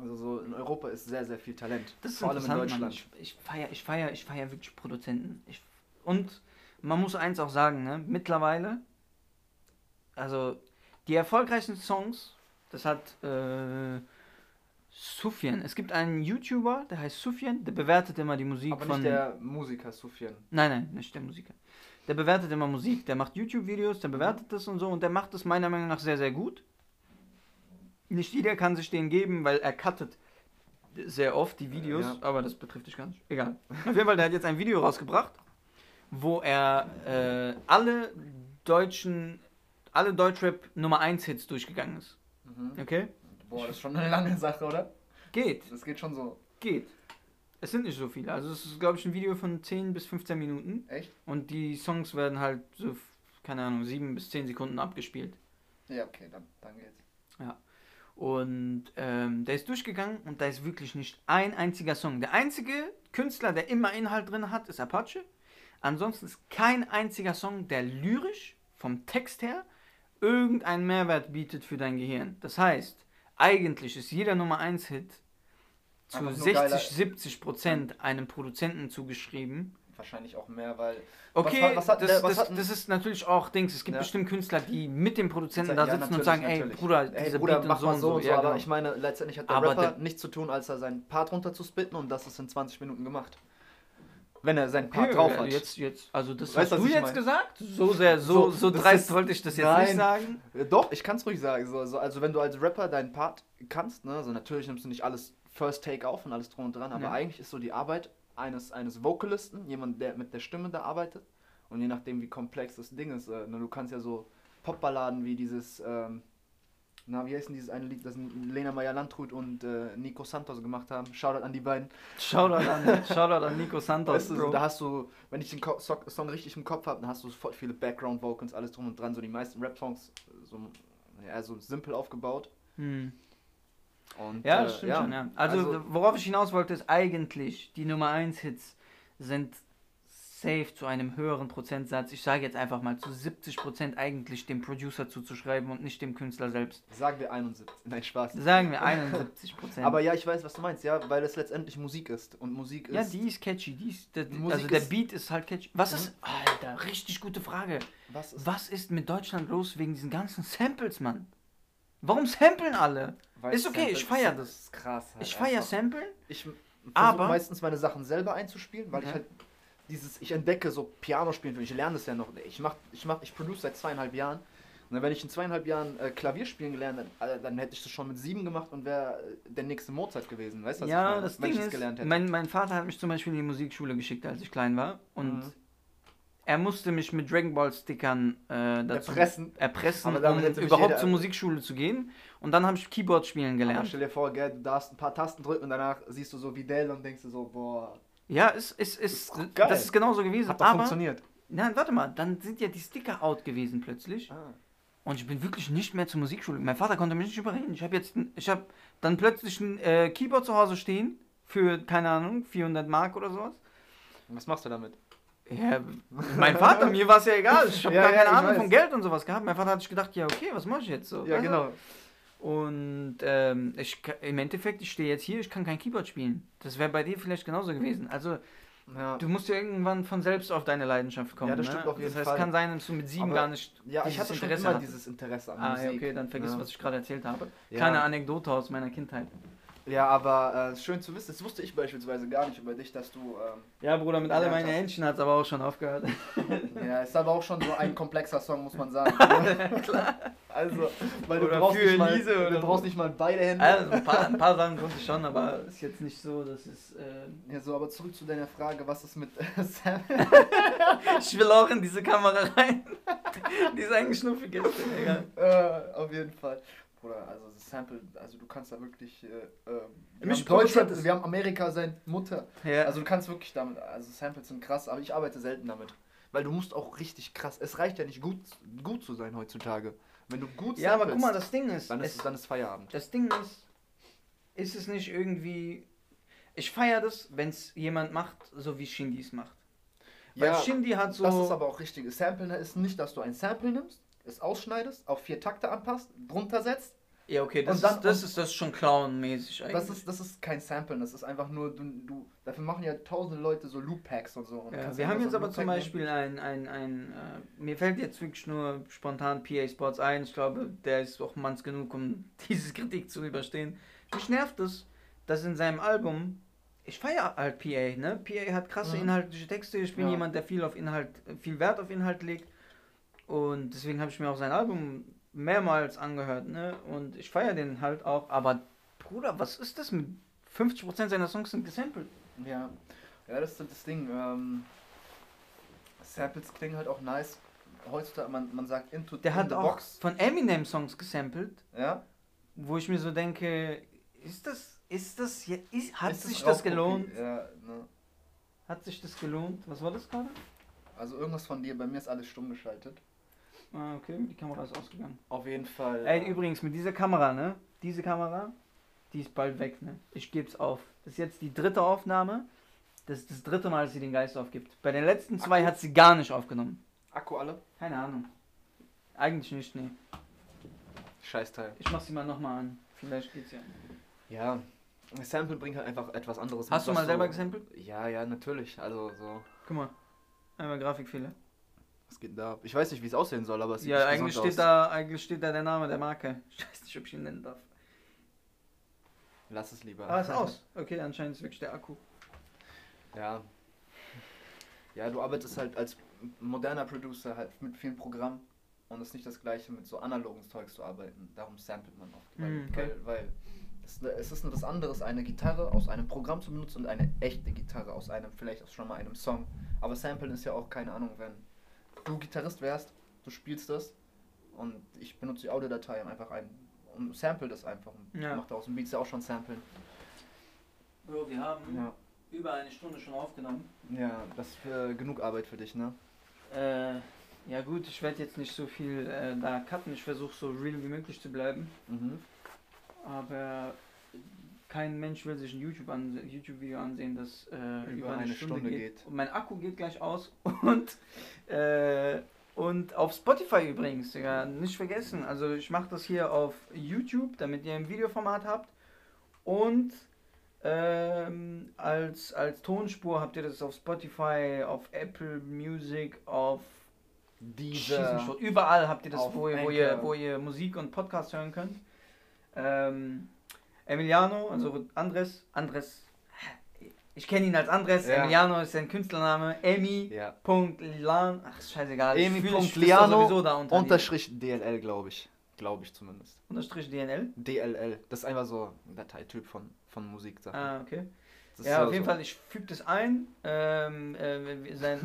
Also so in Europa ist sehr, sehr viel Talent.
Das ist
Vor allem in
interessant, Mann.
Deutschland.
Ich, ich feier, ich feier, ich feier wirklich Produzenten. Ich, und man muss eins auch sagen, ne? Mittlerweile, also die erfolgreichsten Songs, das hat äh, Sufjan. Es gibt einen YouTuber, der heißt Sufjan, der bewertet immer die Musik
Aber
von.
nicht der Musiker Sufjan.
Nein, nein, nicht der Musiker. der bewertet immer Musik, der macht YouTube-Videos, der bewertet das und so und der macht das meiner Meinung nach sehr, sehr gut. Nicht jeder kann sich den geben, weil er cuttet sehr oft die Videos,
Ja.
aber das betrifft dich gar nicht. Egal. Auf jeden Fall, der hat jetzt ein Video rausgebracht, wo er äh, alle deutschen, alle Deutschrap Nummer 1 Hits durchgegangen ist.
Mhm.
Okay?
Boah, das ist schon eine lange Sache, oder?
Geht.
Das geht schon so.
Geht. Es sind nicht so viele. Also es ist, glaube ich, ein Video von 10 bis 15 Minuten.
Echt?
Und die Songs werden halt so, keine Ahnung, 7 bis 10 Sekunden abgespielt.
Ja, okay, dann, dann geht's.
Und ähm, der ist durchgegangen und da ist wirklich nicht ein einziger Song. Der einzige Künstler, der immer Inhalt drin hat, ist Apache. Ansonsten ist kein einziger Song, der lyrisch vom Text her irgendeinen Mehrwert bietet für dein Gehirn. Das heißt, eigentlich ist jeder Nummer 1 Hit zu
Einfach nur
60,
geiler-
70 Prozent einem Produzenten zugeschrieben.
Wahrscheinlich auch mehr, weil.
Okay,
Was- was hat-
das,
der- was
das,
hat denn-
das ist natürlich auch Dings. Es gibt
Ja.
bestimmt Künstler, die mit dem Produzenten da
Ja,
sitzen und
natürlich,
sagen, ey
natürlich.
Bruder,
Ey,
dieser
Bruder,
Beat und
mach
so
mal
und so.
und so,
ja,
aber
genau.
ich meine, letztendlich hat der
Aber
Rapper
der-
nichts zu tun, als er seinen Part runter zu spitten und das ist in 20 Minuten gemacht. Wenn er seinen Part
Okay,
drauf
ja,
hat.
äh, Jetzt, jetzt, also das hast
Weißt, was
du
ich
jetzt
meine?
gesagt? So sehr, so,
So,
so
das
dreist
ist-
wollte ich das jetzt nicht
Nein.
sagen.
Ja, Doch, ich kann's ruhig sagen. So, so, also wenn du als Rapper deinen Part kannst, ne, also natürlich nimmst du nicht alles First Take auf und alles drum und dran, aber
Ja.
eigentlich ist so die Arbeit eines, eines Vocalisten, jemand, der mit der Stimme da arbeitet. Und je nachdem, wie komplex das Ding ist, äh, ne, du kannst ja so Popballaden wie dieses, ähm, na, wie heißt denn dieses eine Lied, das Lena Meyer-Landrut und äh, Nico Santos gemacht haben. Shoutout an die beiden.
Shoutout an, Shoutout an Nico Santos,
Weißt du, so,
Bro.
da hast du, wenn ich den Ko so Song richtig im Kopf habe, dann hast du voll viele Background-Vocals, alles drum und dran. So die meisten Rap-Songs äh, so, ja, so simpel aufgebaut.
Hm.
Und,
Ja,
äh,
das stimmt schon, ja. Also,
Also-
worauf ich hinaus wollte, ist eigentlich, die Nummer 1 Hits sind safe zu einem höheren Prozentsatz, ich sage jetzt einfach mal zu 70 Prozent eigentlich dem Producer zuzuschreiben und nicht dem Künstler selbst.
Sagen wir 71. Nein, Spaß.
Sagen wir 71 Prozent.
Aber ja, ich weiß, was du meinst, ja, weil es letztendlich Musik ist. Und Musik
ja,
ist.
die ist catchy. Die ist, der,
Die Musik
also der
ist-
Beat ist halt catchy. Was
Mhm.
ist. Alter, richtig gute Frage.
was ist,
Was ist mit Deutschland los wegen diesen ganzen Samples, Mann? Warum samplen alle?
weil
ist okay,
Sample-
ich feier
Sample Ist krass. Halt
Ich feier
einfach.
Samplen.
Ich versuche
aber-
meistens meine Sachen selber einzuspielen, weil
Ja.
ich halt dieses, ich entdecke so Piano spielen für mich. Ich lerne das ja noch. Ich mach, ich mach, ich produce seit zweieinhalb Jahren. Und dann, wenn ich in zweieinhalb Jahren äh, Klavier spielen gelernt hätte, äh, dann hätte ich das schon mit sieben gemacht und wäre äh, der nächste Mozart gewesen. Weißt du, was ich
Ja,
meine?
das
wenn
Ding
ich das
ist,
gelernt hätte.
mein, mein Vater hat mich zum Beispiel in die Musikschule geschickt, als ich klein war. Und
Mhm.
er musste mich mit Dragon Ball Stickern äh, dazu
Erpressen.
erpressen
Aber
um
damit hätte mich
überhaupt
jeder-
zur Musikschule zu gehen. Und dann habe ich Keyboard spielen
Aber
gelernt.
stell dir vor, gell, du darfst ein paar Tasten drücken und danach siehst du so wie Dell und denkst du so, boah,
Ja, ist, ist, ist,
doch geil.
das ist genauso gewesen.
hat doch
aber
funktioniert.
Nein, warte mal, dann sind ja die Sticker out gewesen plötzlich.
Ah.
Und ich bin wirklich nicht mehr zur Musikschule. Mein Vater konnte mich nicht überreden. Ich habe jetzt, ein- ich habe dann plötzlich ein äh, Keyboard zu Hause stehen für, keine Ahnung, 400 Mark oder sowas.
Und Was machst du damit?
Ja, mein Vater, mir war es ja egal. Ich habe
Ja,
gar
ja,
keine
ich
Ahnung
weiß.
von Geld und sowas gehabt. Mein Vater hat sich gedacht, ja okay, was mache ich jetzt so?
Ja,
weißt du?
genau.
Und ähm, ich, ka- im Endeffekt, ich stehe jetzt hier, ich kann kein Keyboard spielen. Das wäre bei dir vielleicht genauso gewesen. Also
Ja.
du musst ja irgendwann von selbst auf deine Leidenschaft kommen.
Ja, das
ne?
stimmt auf jeden
Das heißt,
Fall.
kann sein, dass du mit sieben
Aber-
gar nicht
ja, ich
dieses
hatte schon
Interesse
immer
hattest.
dieses Interesse an
Ah,
Musik.
ja, okay, dann vergiss,
ja.
was ich gerade erzählt habe.
Ja.
Kleine Anekdote aus meiner Kindheit.
Ja, aber äh, schön zu wissen, das wusste ich beispielsweise gar nicht über dich, dass du. Ähm,
Ja, Bruder, mit alle
Ja,
meine
das-
Händchen hat es aber auch schon aufgehört.
ähm, ja, ist aber auch schon so ein komplexer Song, muss man sagen. Klar. Also, weil du
Oder
brauchst,
für
nicht mal,
Elise oder
du
so.
brauchst nicht mal beide Hände.
Also, ein paar, ein paar Sachen konnte ich schon, aber ist jetzt nicht so, dass es. Äh
Ja, so, aber zurück zu deiner Frage, was ist mit Sam?
ich will auch in diese Kamera rein. Die ist eigentlich nur für Gäste, egal.
Äh, auf jeden Fall. Bruder, also das Sample, also du kannst da wirklich. Äh, ähm, wir,
Mich
haben Deutschland,
produziert-
wir haben Amerika sein Mutter.
Ja.
Also du kannst wirklich damit, also Samples sind krass, aber ich arbeite selten damit. Weil du musst auch richtig krass, es reicht ja nicht gut, gut zu sein heutzutage. Wenn du gut
ja, aber guck mal,
samplest,
das Ding ist.
dann
es,
ist, dann ist Feierabend.
Das Ding ist, ist es nicht irgendwie. Ich feiere das, wenn es jemand macht, so wie Shindy es macht. Weil
Ja,
Shindy hat so.
Das ist aber auch richtig. Samplen ist nicht, dass du ein Sample nimmst, es ausschneidest, auf vier Takte anpasst, drunter setzt.
ja, okay, das,
Und dann-
ist, das, ist, das ist schon clownmäßig eigentlich.
Das ist, das ist kein Samplen, das ist einfach nur, du, du dafür machen ja tausende Leute so Loop-Packs und so. Und
Ja,
kannst
wir
einfach
haben
so
jetzt
einen
aber zum
Loop-Pack nehmen.
Beispiel ein, ein, ein äh, mir fällt jetzt wirklich nur spontan PA Sports ein. Ich glaube, der ist auch manns genug, um diese Kritik zu überstehen. Mich nervt es, dass in seinem Album ich feiere halt PA, ne? PA hat krasse
Mhm.
inhaltliche Texte. Ich bin
Ja.
jemand, der viel auf Inhalt, viel Wert auf Inhalt legt. Und deswegen habe ich mir auch sein Album mehrmals angehört, ne? Und ich feiere den halt auch. Aber Bruder, was ist das mit 50% seiner Songs sind gesampelt?
Ja. Ja, das ist so das Ding. Ähm, Samples klingen halt auch nice. Heutzutage, man, man sagt Into
Der
in
hat
the
auch
Box.
von Eminem Songs gesampelt,
Ja.
wo ich mir so denke, ist das, ist das, je- ist, hat
Ist
sich das
Raubkopie?
gelohnt?
Ja, ne.
Hat sich das gelohnt? Was war das gerade?
Also irgendwas von dir, bei mir ist alles stumm geschaltet.
Ah, okay, die Kamera ist ausgegangen.
Auf jeden Fall.
Ey, übrigens, mit dieser Kamera, ne? Diese Kamera, die ist bald weg, ne? Ich geb's auf. Das ist jetzt die dritte Aufnahme. Das ist das dritte Mal, dass sie den Geist aufgibt. Bei den letzten zwei hat sie gar nicht aufgenommen.
Akku alle?
Keine Ahnung. Eigentlich nicht, ne.
Scheißteil.
Ich mach sie mal nochmal an. Vielleicht geht's ja.
Ja. Sample bringt halt einfach etwas anderes.
Hast du
mit,
mal
was
selber gesampelt?
Ja, ja, natürlich. Also so.
Guck mal. Einmal Grafikfehler.
Was geht denn da ab? Ich weiß nicht, wie es aussehen soll, aber es sieht
Ja,
nicht
eigentlich
gesund
steht,
aus.
da, eigentlich steht da der Name der Marke. Ich weiß nicht, ob ich ihn nennen darf.
Lass es lieber.
Ah, ist aus. Okay, anscheinend ist wirklich der Akku.
Ja. Ja, du arbeitest halt als moderner Producer halt mit vielen Programmen und es ist nicht das gleiche mit so analogen Zeugs zu arbeiten. Darum samplet man oft. Weil,
Mm, okay.
weil, weil es, es ist nur was anderes, eine Gitarre aus einem Programm zu benutzen und eine echte Gitarre aus einem, vielleicht auch schon mal einem Song. Aber samplen ist ja auch, keine Ahnung, wenn du Gitarrist wärst, du spielst das und ich benutze die Audiodatei und einfach ein und sample das einfach und
Ja.
mach daraus ein Beat, ist ja auch schon samplen.
Bro, wir haben
Ja,
über eine Stunde schon aufgenommen.
ja das ist äh, genug Arbeit für dich, ne?
Äh, ja gut, ich werde jetzt nicht so viel äh, da cutten. Ich versuche so real wie möglich zu bleiben.
Mhm.
Aber kein Mensch will sich ein YouTube an, YouTube-Video ansehen, das äh, über, eine, Stunde, geht.
geht.
Und mein Akku geht gleich aus. Und, äh, und auf Spotify übrigens, ja, nicht vergessen. Also ich mache das hier auf YouTube, damit ihr ein Videoformat habt. Und ähm, als, als Tonspur habt ihr das auf Spotify, auf Apple Music, auf
Dieser.
Schießen schon. Überall habt ihr das,
auf
wo ihr, wo, ihr,
Anchor.
wo ihr Musik und Podcast hören könnt. Ähm, Emiliano, also Andres, Andres, ich kenne ihn als Andres,
Ja.
Emiliano ist sein Künstlername, Emi.
Ja.
Punkt Lian, ach scheißegal, ich
Emi
fühl-
Punkt
ich flüster
Liano
sowieso da unter dir.
Unterstrich DLL, glaube ich. Glaube ich zumindest.
Unterstrich DNL.
DLL. Das ist einfach so ein Dateityp von, von Musik.
Ah, okay.
Das ist
ja,
so-
auf jeden
so.
Fall, ich füge das ein. Ähm, äh, wir- sein,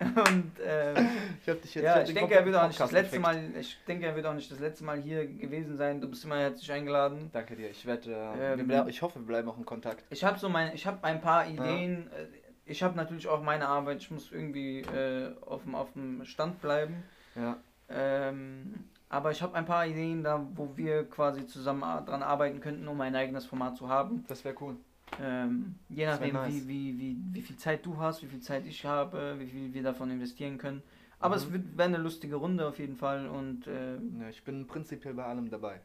und ähm,
Ich hab dich jetzt
ja,
hab
ich
den
denke, er
kompletten
wird auch nicht das
Podcast
letzte
gefickt.
Mal, ich denke, er wird auch nicht das letzte Mal hier gewesen sein. Du bist immer herzlich eingeladen.
Danke dir. Ich werde. Äh,
Ähm,
wir bleib- ich hoffe, wir bleiben auch in Kontakt.
Ich habe so mein, ich habe ein paar Ideen. äh, Ich habe natürlich auch meine Arbeit. Ich muss irgendwie äh, auf dem auf dem Stand bleiben.
Ja.
Ähm, aber ich habe ein paar Ideen da, wo wir quasi zusammen a- dran arbeiten könnten, um ein eigenes Format zu haben.
Das wäre cool.
Ähm, je
Das wär
nachdem,
nice.
wie, wie, wie, wie viel Zeit du hast, wie viel Zeit ich habe, wie viel wir davon investieren können. Aber es
Mhm.
wird wäre eine lustige Runde auf jeden Fall und äh,
Ja, ich bin prinzipiell bei allem dabei.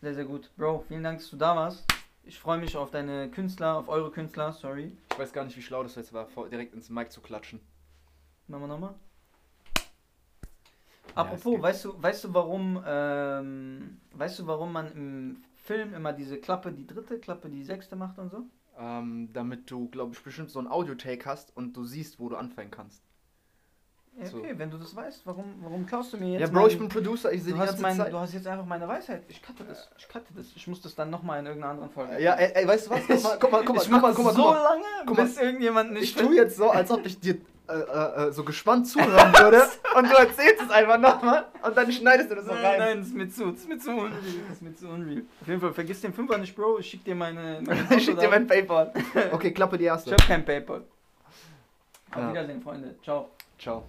sehr, sehr gut. Bro, vielen Dank, dass du da warst. Ich freue mich auf deine Künstler, auf eure Künstler, sorry.
Ich weiß gar nicht, wie schlau das jetzt war, vor- direkt ins Mic zu klatschen.
Machen wir nochmal.
Ja, es
Apropos,
geht.
weißt du, weißt du, warum, ähm, weißt du, warum man im Film immer diese Klappe, die dritte Klappe, die sechste macht und so?
Ähm, damit du, glaube ich, bestimmt so ein Audio-Take hast und du siehst, wo du anfangen kannst.
Ja,
So.
Okay, wenn du das weißt, warum, warum klaust du mir jetzt?
ja, Bro,
mein-
ich bin Producer, ich sehe
du
die
hast,
ganze
mein,
Zeit.
du hast jetzt einfach meine Weisheit. Ich cutte das. Ich cutte das. Ich muss das dann nochmal in irgendeiner anderen Folge.
Ja, ey, ey, weißt du was? Guck mal, guck mal, guck mal,
ich mach
guck mal, guck mal,
so
guck mal.
lange,
Guck mal.
bis irgendjemand nicht
Ich tue jetzt so, als ob ich dir äh, äh, äh, so gespannt zuhören würde und du erzählst es einfach nochmal und dann schneidest du das noch
Nein,
rein.
nein, das ist mir zu, das ist mir zu unreal, das ist mir zu unreal. Auf jeden Fall, vergiss den Fünfer nicht, Bro, ich schick dir meine... meine
Ich schick dir mein Paypal. Okay, klappe die
Ich
erste.
hab kein Paypal. Auf
Ja.
Wiedersehen, Freunde. Ciao.
Ciao.